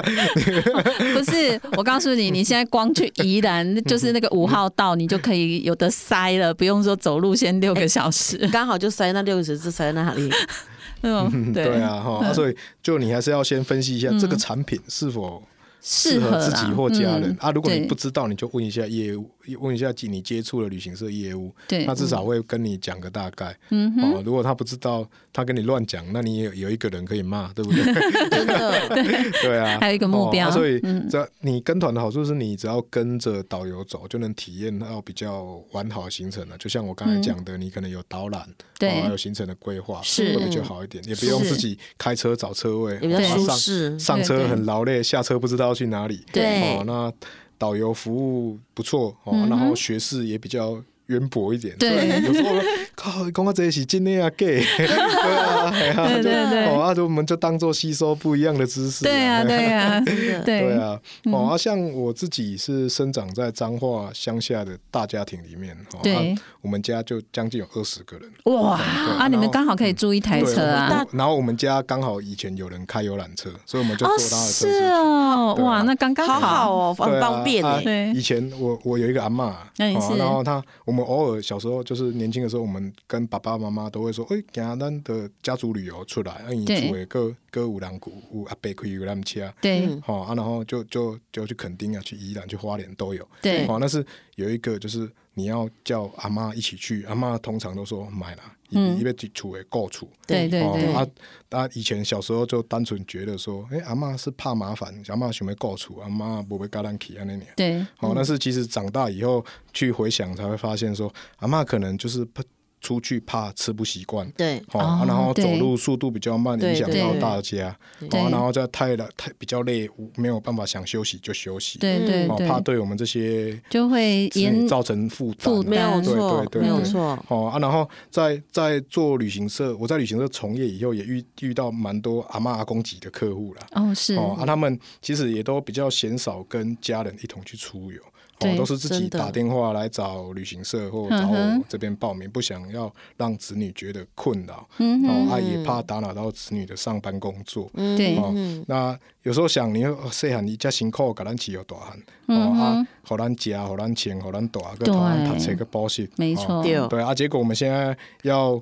A: 不是，我告诉你，你现在光去宜兰，就是那个五号道，你就可以有的塞了，不用说走路先六
D: 哎
A: 个小时，
B: 刚好就塞那六个小时塞在那 里，
A: 嗯，
D: 对啊，哈、啊所以就你还是要先分析一下这个产品是否适
A: 适
D: 合
A: 合
D: 自己
A: 啦
D: 或家人、
A: 嗯
D: 啊。如果你
A: 对
D: 不知道，你就问一下业务，问一下你接触了旅行社业务，
A: 对
D: 他至少会跟你讲个大概。
A: 嗯
D: 哦，如果他不知道，他跟你乱讲，那你也有一个人可以骂，对 不对？
B: 真的，
D: 对啊，
A: 还有一个目标嗯
D: 哦啊所以只要你跟团的好处是你只要跟着导游走，就能体验到比较完好的行程了。就像我刚才讲的，你可能有导览，
A: 嗯对
D: 哦还有行程的规划，
A: 是
D: 会不会就好一点？也不用
A: 是
D: 自己开车找车位，
B: 也比较
D: 哦
B: 舒
D: 上
B: 适
D: 上
A: 对
D: 车
A: 对
D: 很劳累，下车不知道去哪里。
B: 对
D: 哦，那导游服务不错哦，然后学识也比较。渊博一点，
A: 嗯对
D: 所以有时候我靠，讲到这一起真的啊 gay，对啊，哎呀
A: 对对对
D: 哦，啊，就我们就当做吸收不一样的知识，
A: 对啊，对嗯啊，
D: 对
A: 对，
D: 啊，哦，啊，像我自己是生长在彰化乡下的大家庭里面，哦、
A: 对
D: 啊，我们家就将近有二十个人，
A: 哇
D: 对
A: 啊，你
D: 然
A: 们
D: 后嗯
A: 刚好可以租一台车
D: 对我
A: 啊
D: 们，然后我们家刚好以前有人开游览车，所以我们就坐
A: 哦，
D: 他的车
A: 是
D: 子去。
A: 哦，
D: 对啊
A: 哇，那刚刚
B: 好好
A: 好，
B: 哦，
D: 对
B: 很
D: 啊
B: 方便
D: 啊
B: 哎，
A: 对
D: 以前我我有一个阿嬷，
A: 那你
D: 哦
A: 是
D: 然后她我们偶尔小时候就是年轻的时候，我们跟爸爸妈妈都会说，哎，给咱的家族旅游出来，啊，你
A: 对
D: 住一个歌舞郎鼓舞阿伯开游览车，
A: 对
B: 嗯
D: 好、啊，然后就就就去垦丁啊，去宜兰，去花莲都有。
A: 对
D: 好、，但是有一个就是你要叫阿妈一起去，阿妈通常都说买啦，
A: 嗯
D: 一一被厝诶够厝。
A: 对对
D: 哦
A: 对
D: 啊，啊，以前小时候就单纯觉得说，哎、阿妈是怕麻烦，阿妈想要告处，阿妈不会嘎咱去安尼尔。
A: 对
D: 哦，但是其实长大以后去回想，才会发现说，阿妈可能就是怕出去怕吃不习惯，
B: 对
D: 哦，啊然后
A: 对
D: 走路速度比较慢，
B: 对
D: 影响
B: 对
D: 到
B: 对
D: 大家，
A: 对
D: 哦，然后再太了太比较累，没有办法想休息就休息，
A: 对对
D: 哦，
A: 对，
D: 怕对我们这些
A: 就会
D: 子
A: 延
D: 女造成负担
A: 负
D: 啊，
A: 担
B: 没有错
D: 对对，对
B: 没有
D: 对
B: 错，
D: 哦啊，然后在在做旅行社，我在旅行社从业以后，也遇遇到蛮多阿妈阿公级的客户啦。
A: 哦是
D: 哦，啊，他们其实也都比较鲜少跟家人一同去出游，
A: 对
D: 哦，都是自己
B: 真的
D: 打电话来找旅行社或找
A: 嗯
D: 我
A: 哼
D: 这边报名，不想要让子女觉得困扰，
A: 嗯
D: 哦，
A: 哼，嗯
D: 啊，也怕打扰到子女的上班工作，
A: 对
D: 哦，那有时候想，你说哦细汉你遮辛苦，甲咱饲有大汉，
A: 嗯
D: 哦
A: 哼
D: 啊，互咱食，互咱穿，互咱大，个互咱读册
A: 对
D: 个补习，
A: 没
D: 哦
A: 错，
B: 对
D: 对啊，结果我们现在要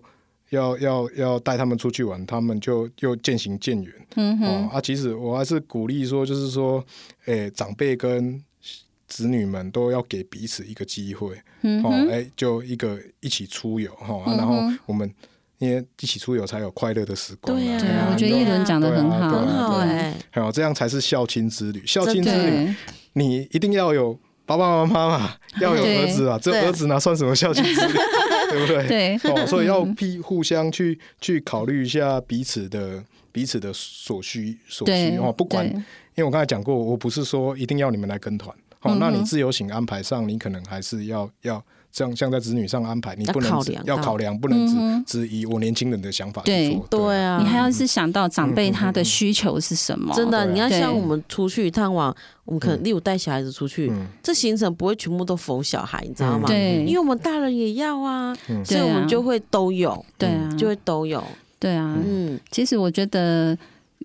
D: 要要要带他们出去玩，他们就又渐行渐远。
A: 嗯
D: 哦
A: 哼，
D: 啊，其实我还是鼓励说，就是说，诶、长辈跟子女们都要给彼此一个机会。
A: 嗯
D: 哦，
A: 哼，
D: 哎、就一个一起出游哈、哦啊
A: 嗯哼
D: 然后我们因为一起出游才有快乐的时光、
B: 对啊
A: 对
D: 哎呀
A: 啊，我觉得
D: 对
A: 一
D: 啊
A: 轮讲的很好，
D: 对
B: 很
D: 啊
B: 好
D: 对啊
B: 哎，
D: 还有这样才是孝亲之旅。孝亲之旅，
A: 对
D: 你一定要有爸爸妈妈 嘛，要有儿子啊，这
B: 对
D: 儿子哪算什么孝亲之旅，对不对？
A: 对，
D: 哦，所以要互互相去去考虑一下彼此的彼此的所需所需
A: 对
D: 哦，不管，
A: 对
D: 因为我刚才讲过，我不是说一定要你们来跟团哦，
A: 嗯哼
D: 那你自由行安排上，你可能还是要要这样，像在子女上安排，你
B: 要
D: 不能
B: 考
D: 只
B: 量
D: 要
B: 到
D: 考量，不能只、
A: 嗯哼
D: 只以我年轻人的想法
A: 对
D: 去做，
B: 对啊，
A: 你还要是想到长辈他的需求是什么，
B: 真的，
D: 对啊
B: 你要像
A: 对
B: 我们出去一趟玩，我们可能例如带小孩子出去，
D: 嗯
B: 这行程不会全部都否小孩，你知道吗？
A: 对
B: 因为我们大人也要啊，
D: 嗯
B: 所以我
A: 对啊
B: 们就会都有，嗯
A: 对啊，
B: 就会都有。
A: 对啊，
B: 嗯，
A: 其实我觉得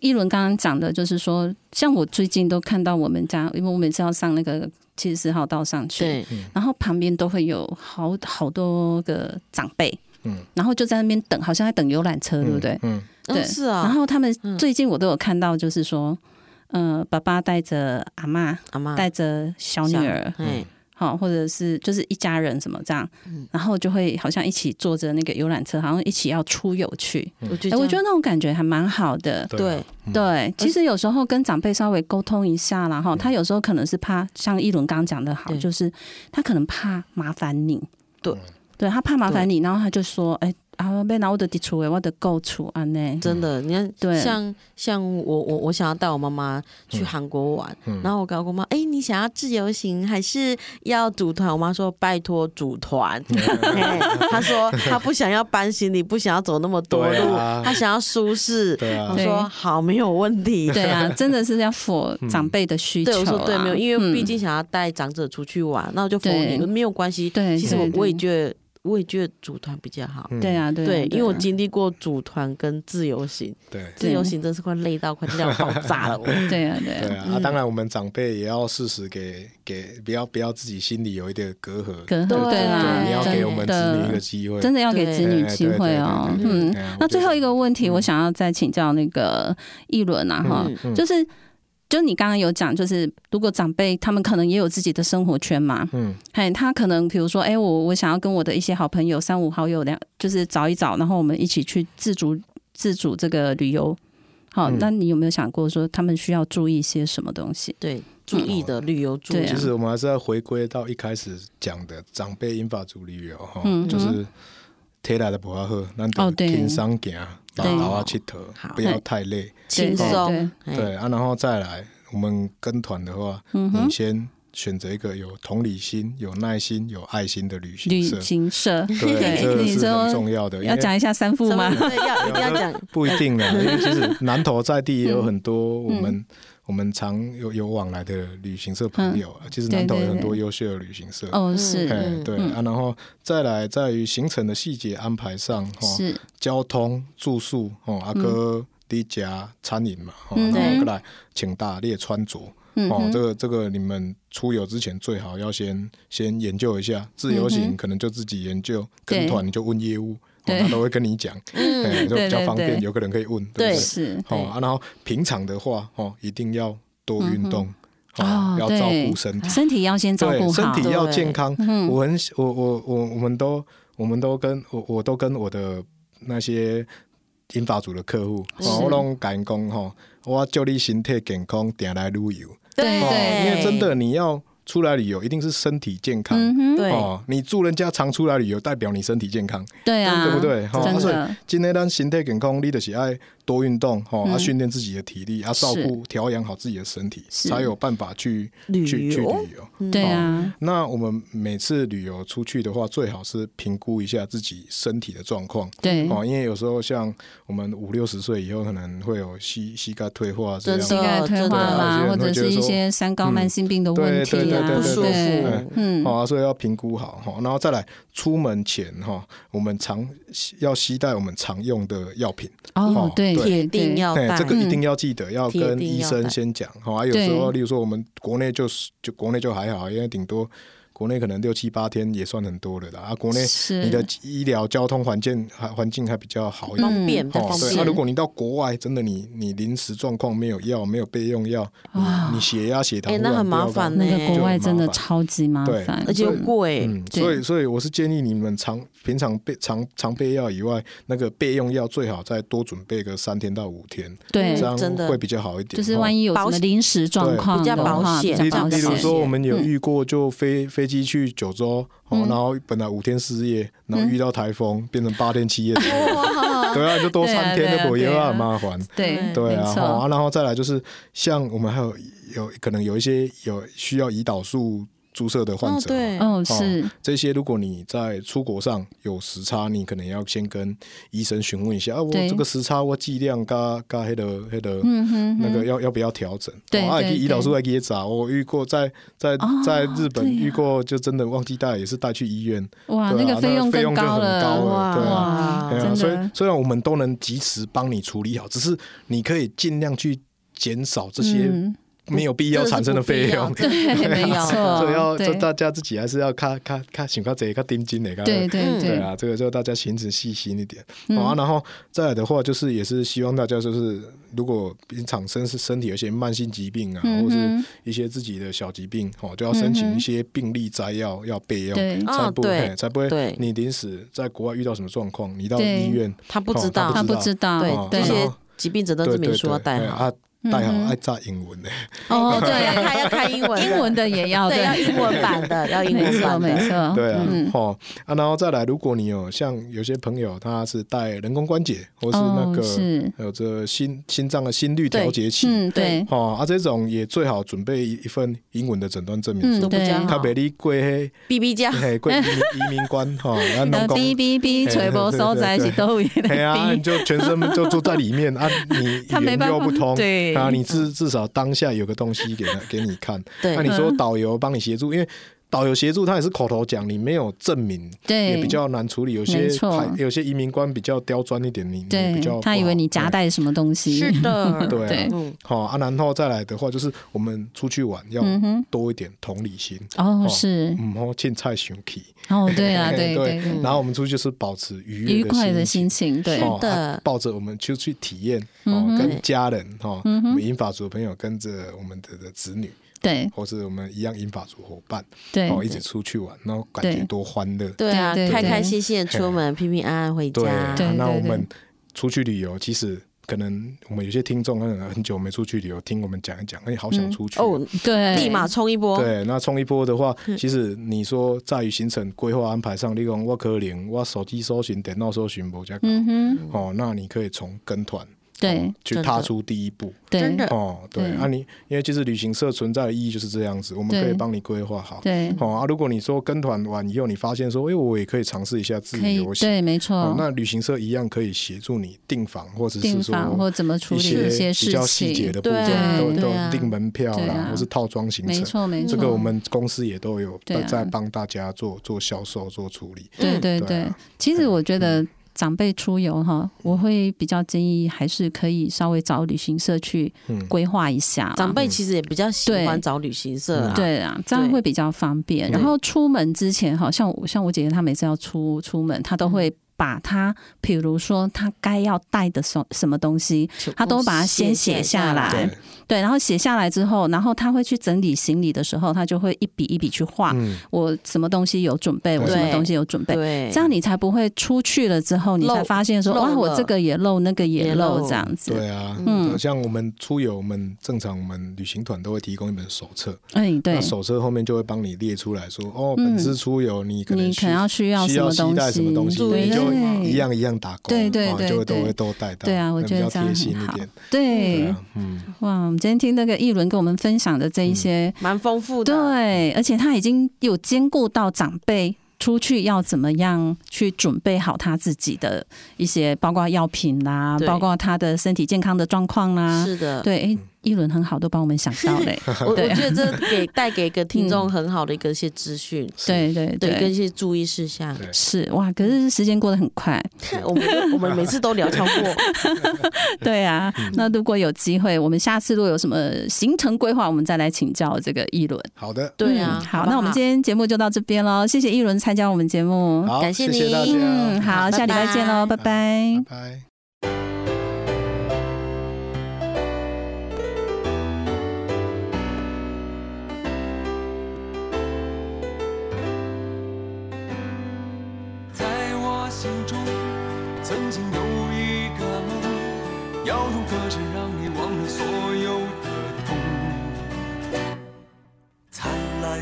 A: 一轮刚刚讲的，就是说，像我最近都看到我们家，因为我每次要上那个七十四号道上去，
D: 嗯
B: 对，
A: 然后旁边都会有好好多个长辈，
D: 嗯
A: 然后就在那边等，好像在等游览车，对不对？
D: 嗯，
A: 对
B: 嗯，是
A: 然
B: 啊，
A: 后他们
B: 嗯
A: 最近我都有看到，就是说，呃，爸爸带着阿妈，
B: 阿妈
A: 带着小女儿，
B: 哎，
A: 好，或者是就是一家人什么这样，
B: 嗯
A: 然后就会好像一起坐着那个游览车，好像一起要出游去。
D: 嗯
B: 我觉
A: 哎，
B: 得
A: 我觉
B: 这样
A: 得那种感觉还蛮好的。
D: 对
B: 对
D: 啊，嗯
A: 对，其实有时候跟长辈稍微沟通一下啦，哈，他有时候可能是怕，像一轮刚刚讲的好，
B: 嗯对
A: 就是他可能怕麻烦你，
B: 对，
A: 对他怕麻烦你，然后他就说，哎、啊，被拿我的地处诶，我的够处啊呢，
B: 真的，你看，
A: 对嗯
B: 像像我我我想要带我妈妈去韩国玩，然后我跟我妈，哎、你想要自由行还是要组团？我妈说拜托组 团，
A: 啊
B: 嘿她说她不想要搬行李，不想要走那么多
D: 对
B: 路，
D: 啊
B: 她想要舒适。
D: 对啊
B: 我
A: 对
B: 说好，没有问题。
A: 对啊，真的是要符长辈的需求、
B: 对，
A: 啊
B: 我说对，没有，因为毕、
A: 嗯
B: 竟想要带长者出去玩，那我就逢你
A: 对
B: 没有关系。
A: 对
B: 其实我
A: 对对
B: 我也觉得，我也觉得组团比较好。
D: 嗯
A: 对啊，对啊
B: 对，因为我
A: 啊
B: 经历过组团跟自由行，
D: 对。
B: 自由行真是快累到快要爆炸了，我。
A: 对啊，对啊，
D: 对啊，啊当然我们长辈也要适时给给，不要不要自己心里有一点隔阂，
A: 可能
B: 对
A: 对啦，
D: 对，你要
A: 真
D: 给我们子女一
A: 的
D: 个机会，哎
A: 真的要给子女机会哦。
D: 对对对对对
A: 嗯
D: 对啊，
A: 那
D: 我觉得
A: 最后一个问题，我想要再请教那个议论啊，哈、
B: 嗯
A: 就是就你刚刚有讲，就是如果长辈他们可能也有自己的生活圈嘛，
D: 嗯，
A: 嘿，他可能比如说，哎、我我想要跟我的一些好朋友三五好友两，就是找一找，然后我们一起去自主自主这个旅游。好，
D: 嗯
A: 那你有没有想过说他们需要注意些什么东西？
B: 对，注意的旅游注
A: 对
B: 意
A: 啊
D: 嗯其，实我们还是要回归到一开始讲的长辈英法族旅游哈
A: 嗯，
D: 就是体来的不好喝，咱
A: 哦
D: 得
A: 对
D: 轻松行，老老啊
B: 对
D: 佚
B: 好
D: 佗，不要太累。
B: 轻
A: 对
B: 松，哎
D: 对啊，然后再来，我们跟团的话，
A: 嗯哼
D: 你先选择一个有同理心、有耐心、有爱心的旅行
A: 旅
D: 社。
A: 行社
D: 对，这个
A: 你
D: 是很
A: 说
D: 重要的。因
A: 要
D: 为
A: 讲一下三副吗？
B: 对， 要一定要讲，
D: 不一定啦，啊因为其实南投在地也有很多我们、我们常有有往来的旅行社朋友啊，其实南投有很多优秀的旅行社。
A: 哦，是、
D: 嘿
B: 嗯
D: 对、啊，然后再来在于行程的细节安排上，哈、
A: 是，
D: 交通、住宿，哦，阿哥低价餐饮嘛，哦，
A: 嗯
D: 然后
A: 对
D: 过来请大列穿着，
A: 嗯
D: 哦
A: 哼，
D: 这个这个你们出游之前最好要先先研究一下，自由
A: 嗯哼
D: 行可能就自己研究，
A: 对
D: 跟团你就问业务，哦
A: 对
D: 他都会跟你 讲，嗯，就
A: 对
D: 比较
A: 对
D: 方便，
A: 对
D: 有个人可以问，对不对？
A: 是，对
D: 哦，啊然后平常的话，哦，一定要多运动，
A: 哦
D: 哦，要照
A: 对
D: 顾身体，
A: 身体要先 照顾
D: 对，身
A: 好，嗯
D: 体要
B: 对
D: 健康。我很喜我我我我们都我们都跟我我都跟我的那些英法组的客户，哦、我拢敢讲吼，我叫你身体健康，定来旅游。
A: 对
D: 哦，
A: 对
D: 因为真的你要出来旅游，一定是身体健康。
A: 嗯哼，
B: 对
D: 哦，你住人家常出来旅游，代表你身体健康，
A: 对啊，
D: 对不对？哦，啊
A: 真
D: 所以
A: 的，
D: 今天咱身体健康，你就是爱多运动，吼、
A: 嗯
D: 哦，啊，训练自己的体力，啊，照顾调养好自己的身体，
A: 是
D: 才有办法去
B: 旅游
D: 去去旅游。
A: 对啊，
D: 那我们每次旅游出去的话，最好是评估一下自己身体的状况
A: 对，
D: 哦，因为有时候像我们五六十岁以后，可能会有膝膝盖退化这
B: 真
D: 样。
A: 膝盖
B: 的
A: 退
B: 真的
A: 化啦，
D: 有些人
A: 或
D: 会
A: 者
D: 觉得
A: 是一
D: 说嗯
A: 些三高慢性病的
D: 对
A: 问
D: 对
A: 题
D: 对
A: 啊，
D: 对
B: 不舒服
A: 对，嗯，
D: 哦，所以要评估好哈、哦，然后再来出门前哈、哦，我们常要携带我们常用的药品，
A: 哦
D: 哦，
A: 对，
D: 对
B: 铁定要
D: 对，
B: 带
D: 这个一定要记得，要
B: 嗯铁
D: 跟
B: 定
D: 医
B: 要
D: 生
B: 带
D: 先讲。好、啊，有
A: 对
D: 时候，例如说我们国内就是就国内就还好，因为顶多国内可能六七八天也算很多了的啊。国内
A: 是
D: 你的医疗交通环境还环境还比较好一点。
B: 方嗯便，比较
D: 哦
B: 方，
D: 对，
B: 便
D: 那、如果你到国外，真的你你临时状况没有药，没有备用药，你你血压、血糖
B: 哎那
D: 忽然
B: 很麻
D: 飙高
B: 烦
A: 那个
B: 呢
A: 国外
D: 就很
A: 真
D: 麻
A: 的
D: 烦
A: 超级麻
D: 对
A: 烦
B: 而，且又贵，
D: 嗯，
A: 对
D: 所以所以我是建议你们常平常备常常备药以外，那个备用药最好再多准备个三天到五天，
A: 对
D: 这，样
B: 真的
D: 会比较好一点。
A: 哎就是
D: 哦
A: 万一有什
B: 保
A: 么
B: 险
A: 临时状
D: 对
A: 况
B: 比较
A: 的
B: 保
A: 话，
B: 险
A: 比
D: 例
A: 较保
D: 例如
A: 险，
D: 说，我们有
A: 嗯
D: 遇过，就飞飞机去九州，哦，然后本来五天四夜，然
A: 嗯
D: 后遇到台风，变成八天七夜的。 对啊，就多三
A: 对啊
D: 天的果也
A: 对啊
D: 很麻烦。
A: 对
D: 对
A: 没
D: 啊，
A: 错
D: 哦啊然后再来就是，像我们还有有可能有一些有需要胰岛素注射的患
B: 哦，
D: 者，
B: 对，
A: 哦是
D: 这些如果你在出国上有时差，你可能要先跟医生询问一下，啊，我
A: 对
D: 这个时差我剂量嘎嘎黑的黑的，
A: 嗯
D: 那个要要不要调整？
A: 对
D: 哦啊，
A: 对
D: 胰岛素
A: 对
D: 还可以找。我遇过在在
A: 哦
D: 在日本
A: 对呀
D: 遇过，就真的忘记带，也是带去医院。
A: 哇，
D: 对啊
A: 那个
D: 那
A: 费用更
D: 费用就
A: 高
D: 很高
A: 了，
D: 了
A: 哇
D: 对啊
A: 哇，
D: 对啊，
A: 真
D: 所
A: 的
D: 以，虽然我们都能及时帮你处理好，只是你可以尽量去减少这些
A: 嗯，
D: 没有必要产生的费用。
B: 对，
A: 没
B: 要
A: 错，
D: 所以要
A: 对
D: 这大家自己还是要看看看情况，这个定金哪个。
A: 对对嗯
B: 嗯
D: 对
A: 对，
D: 啊，这个就大家行止细心一点、好啊。然后再来的话，就是也是希望大家就是，如果平常身是身体有一些慢性疾病啊，
A: 嗯
D: 或者是一些自己的小疾病，哦，就要申请一些病历摘要，要备用，
A: 对
D: 才不
B: 哦
D: 会、
B: 对
D: 才不会
B: 对
D: 你临时在国外遇到什么状况，你到
A: 对
D: 医院
B: 他不
D: 哦
B: 知道
A: 他不知道，
B: 对
D: 哦，
B: 这
D: 然
B: 些
D: 后
B: 疾病诊断
D: 对
B: 证
D: 对
B: 明书要
D: 对，
B: 带
D: 哎
B: 好，
A: 嗯
D: 啊，带好爱炸英文的，
A: 哦
B: 要
A: 对，
B: 看要看英 文，
A: 英文的也要
B: 对，要英文版的，要英
A: 没
B: 文
A: 错
B: 版
A: 没
B: 的，
A: 错，
D: 对啊
A: 嗯，
D: 哦啊，然后再来，如果你有像有些朋友他是带人工关节，或是那
A: 哦
D: 个、
A: 是
D: 有着心心脏的心率调节器，
A: 嗯对，
D: 哦，啊，这种也最好准备一一份英文的诊断证明
A: 嗯
D: 书。
B: 比
A: 对
B: 较，
D: 他
B: 好
D: 别你过 迄
B: B B 加
D: 嘿过移民移民官哦吼，咱拢
A: 呃
D: 讲，
A: 哔哔哔，
D: 嘿
A: 垂波
D: 对对
A: 收在一起
D: 对
A: 都有
D: 嘿啊，你
A: 哔，
D: 就全身 就住在里面啊，你
A: 他
D: 语
A: 没
D: 言
A: 办
D: 又
A: 法
D: 不通，
A: 对
D: 啊，你至至少当下有个东西给他给你看，
B: 对
D: 那你
A: 嗯
D: 说导游帮你协助，因为导游协助他也是口头讲，你没有证明，
A: 对，
D: 也比较难处理。有些
A: 没错
D: 还有些移民官比较刁钻一点，你你
A: 对
D: 比较不好
A: 他以为你夹带什么东西，
B: 是的，
D: 对对啊
B: 嗯，
D: 好啊，然后再来的话就是我们出去玩要
A: 嗯哼，
D: 多一点同理心，
A: 哦是，
D: 唔好欠嗯菜熊气。
A: 哦对 啊对
D: 对
A: 对对，
D: 然后我们出去就是保持愉悦
A: 愉快的
D: 心
A: 心。情，对，嗯
D: 哦
B: 是的
D: 啊抱着我们就去体验哦，跟家人哦，我们英法族的朋友跟着我们的的子女，
A: 对
D: 或是我们一样英法族伙伴
A: 对
D: 哦，一起出去玩，然后感
A: 对
D: 觉多欢乐。
B: 对啊
A: 对，对
B: 开开
A: 对
B: 心心的出 门，平平安安回
D: 对啊
B: 家，
A: 对
D: 那
A: 对
D: 我
A: 对
D: 们出去旅游，其实可能我们有些听众可能很久没出去旅游，听我们讲一讲，哎，好
A: 嗯
D: 想出去哦。
B: 哦，
A: 对，
B: 立马冲一
A: 哦
B: 波，
D: 对，那冲一波的话，其实你说在于行程规划安排上，例如我可能我手机搜寻、电脑搜寻某家搞
A: 嗯哼，
D: 哦，那你可以从跟团
A: 对
D: 去
B: 真的
D: 踏出第一步
B: 真
A: 对
B: 的，
D: 哦。对，
A: 对
D: 啊你，因为其实旅行社存在的意义就是这样子，我们
A: 对
D: 可以帮你规划好。
A: 对，
D: 哦啊，如果你说跟团完以后，你发现说，哎，我也可以尝试一下自
A: 可
D: 由
A: 以
D: 游行。
A: 对没
D: 哦
A: 错，，
D: 那旅行社一样可以协助你订房，或者
A: 订
D: 是
A: 房或
D: 说
A: 怎么处
D: 一
A: 理一些
D: 比
A: 事
D: 较细节
A: 情，
D: 的部
B: 对啊
D: 分，都
B: 对
D: 都
B: 啊
D: 订门票
A: 对啊
D: 啦，或是套装行
A: 没
D: 程。
A: 错没错，
D: 这个我们公司也都有
A: 对啊
D: 在帮大家做做销售、做处理。
A: 对
B: 嗯
A: 对
D: 对
A: 对
D: 啊，
A: 其实我觉得长辈出游哈，我会比较建议还是可以稍微找旅行社去
D: 嗯
A: 规划一下啦，
B: 长辈其实也比较喜
A: 对
B: 欢找旅行社啊，
A: 对啊，这样
B: 对
A: 会
D: 嗯
A: 比较方便。然后出门之前哈，像我像我姐姐她每次要出出门，她都会把他，比如说他该要带的什什么东西，他都把它先写下来
D: 对，
A: 对，然后写下来之后，然后他会去整理行李的时候，他就会一笔一笔去画，
D: 嗯
A: 我什么东西有准备，我
D: 对
A: 什么东西有准备，
B: 对，
A: 这样你才不会出去了之后，你才
B: 漏
A: 发现说
B: 漏
A: 哇，
B: 了
A: 我这个也漏，那个也
B: 也
A: 漏，
B: 漏
A: 这样子。
D: 对啊，
A: 嗯
D: 像我们出游，我们正常我们旅行团都会提供一本手册，
A: 哎，对
D: 那，手册后面就会帮你列出来说，哦，
A: 嗯
D: 本次出游你可能
A: 你可能要需要
D: 需
A: 什
D: 要
A: 么
D: 携
A: 东
D: 带
A: 西，
D: 什么东西，
B: 注意
D: 你
A: 对
D: 就一样一样打勾，
A: 对对
D: 哦
A: 对
D: 就会都
A: 对
D: 会都带到，
A: 对啊，我
D: 那
A: 觉
D: 比
A: 得
D: 较
A: 这样
D: 贴心
A: 很
D: 一
A: 好
D: 点。。对
A: 对，
D: 啊，嗯，
A: 哇，我们今天听那个议伦跟我们分享的这一些，
B: 蛮丰富的，
A: 对，而且他已经有兼顾到长辈。出去要怎么样去准备好他自己的一些，包括药品啦，
B: 对
A: 包括他的身体健康的状况啦，
B: 是的，
A: 对，哎，议伦很好，都帮我们想到嘞，
B: 我我
A: 对
B: 觉得这 给带给一个听众很好的一个一些资讯，
A: 对嗯对
B: 对，跟一
A: 对，
B: 些注意事项。
D: 对
A: 是哇，可是时间过得很快，
B: 我们就我们每次都聊超 过，
A: 嗯对啊，那如果有机会，我们下次如果有什么行程规划，我们再来请教这个议伦。
D: 好的，
B: 对啊。
A: 嗯
B: 好
A: 好，
B: 不
A: 那我们今天节目就到这边喽，谢谢议伦参加我们节目，
D: 好，
B: 感谢
D: 谢谢大
B: 你
A: 嗯，
D: 家，
A: 好，下礼拜见喽，
D: 拜
A: 拜
D: 拜
A: 拜
D: 拜。拜。
F: 在我心中，曾经有一个梦，要用歌声让你忘了所有的痛。灿烂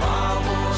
F: 把握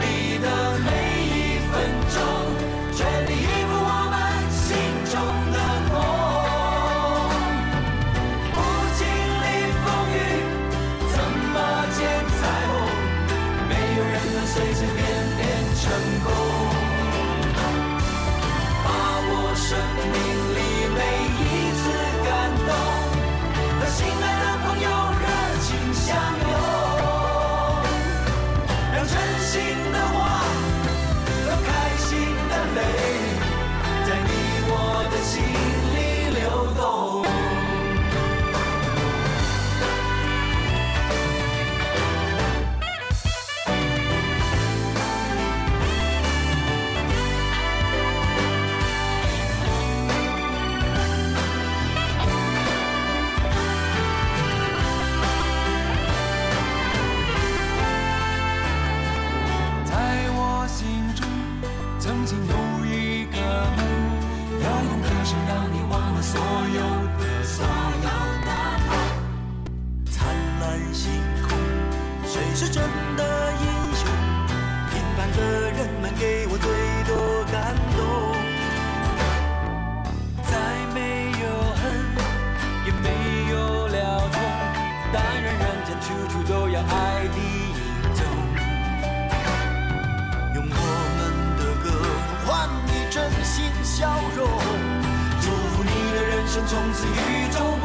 F: 里的每一分钟，全力以赴我们心中的梦。不经历风雨，怎么见彩虹？没有人能随随便便成功。把握生命里每一次感动，和心爱的朋友热情相拥，让真心的话和开心的泪，在你我的心里流动。在我心中，曾经有一个梦，要用歌声让你忘了所有的所有的灿烂星空，谁是真的英雄？平凡的人们给我最多感动。再没有恨，也没有了痛，但愿人间处处都有爱的影踪。用我们的歌换你真心笑容，祝福你的人生从此与众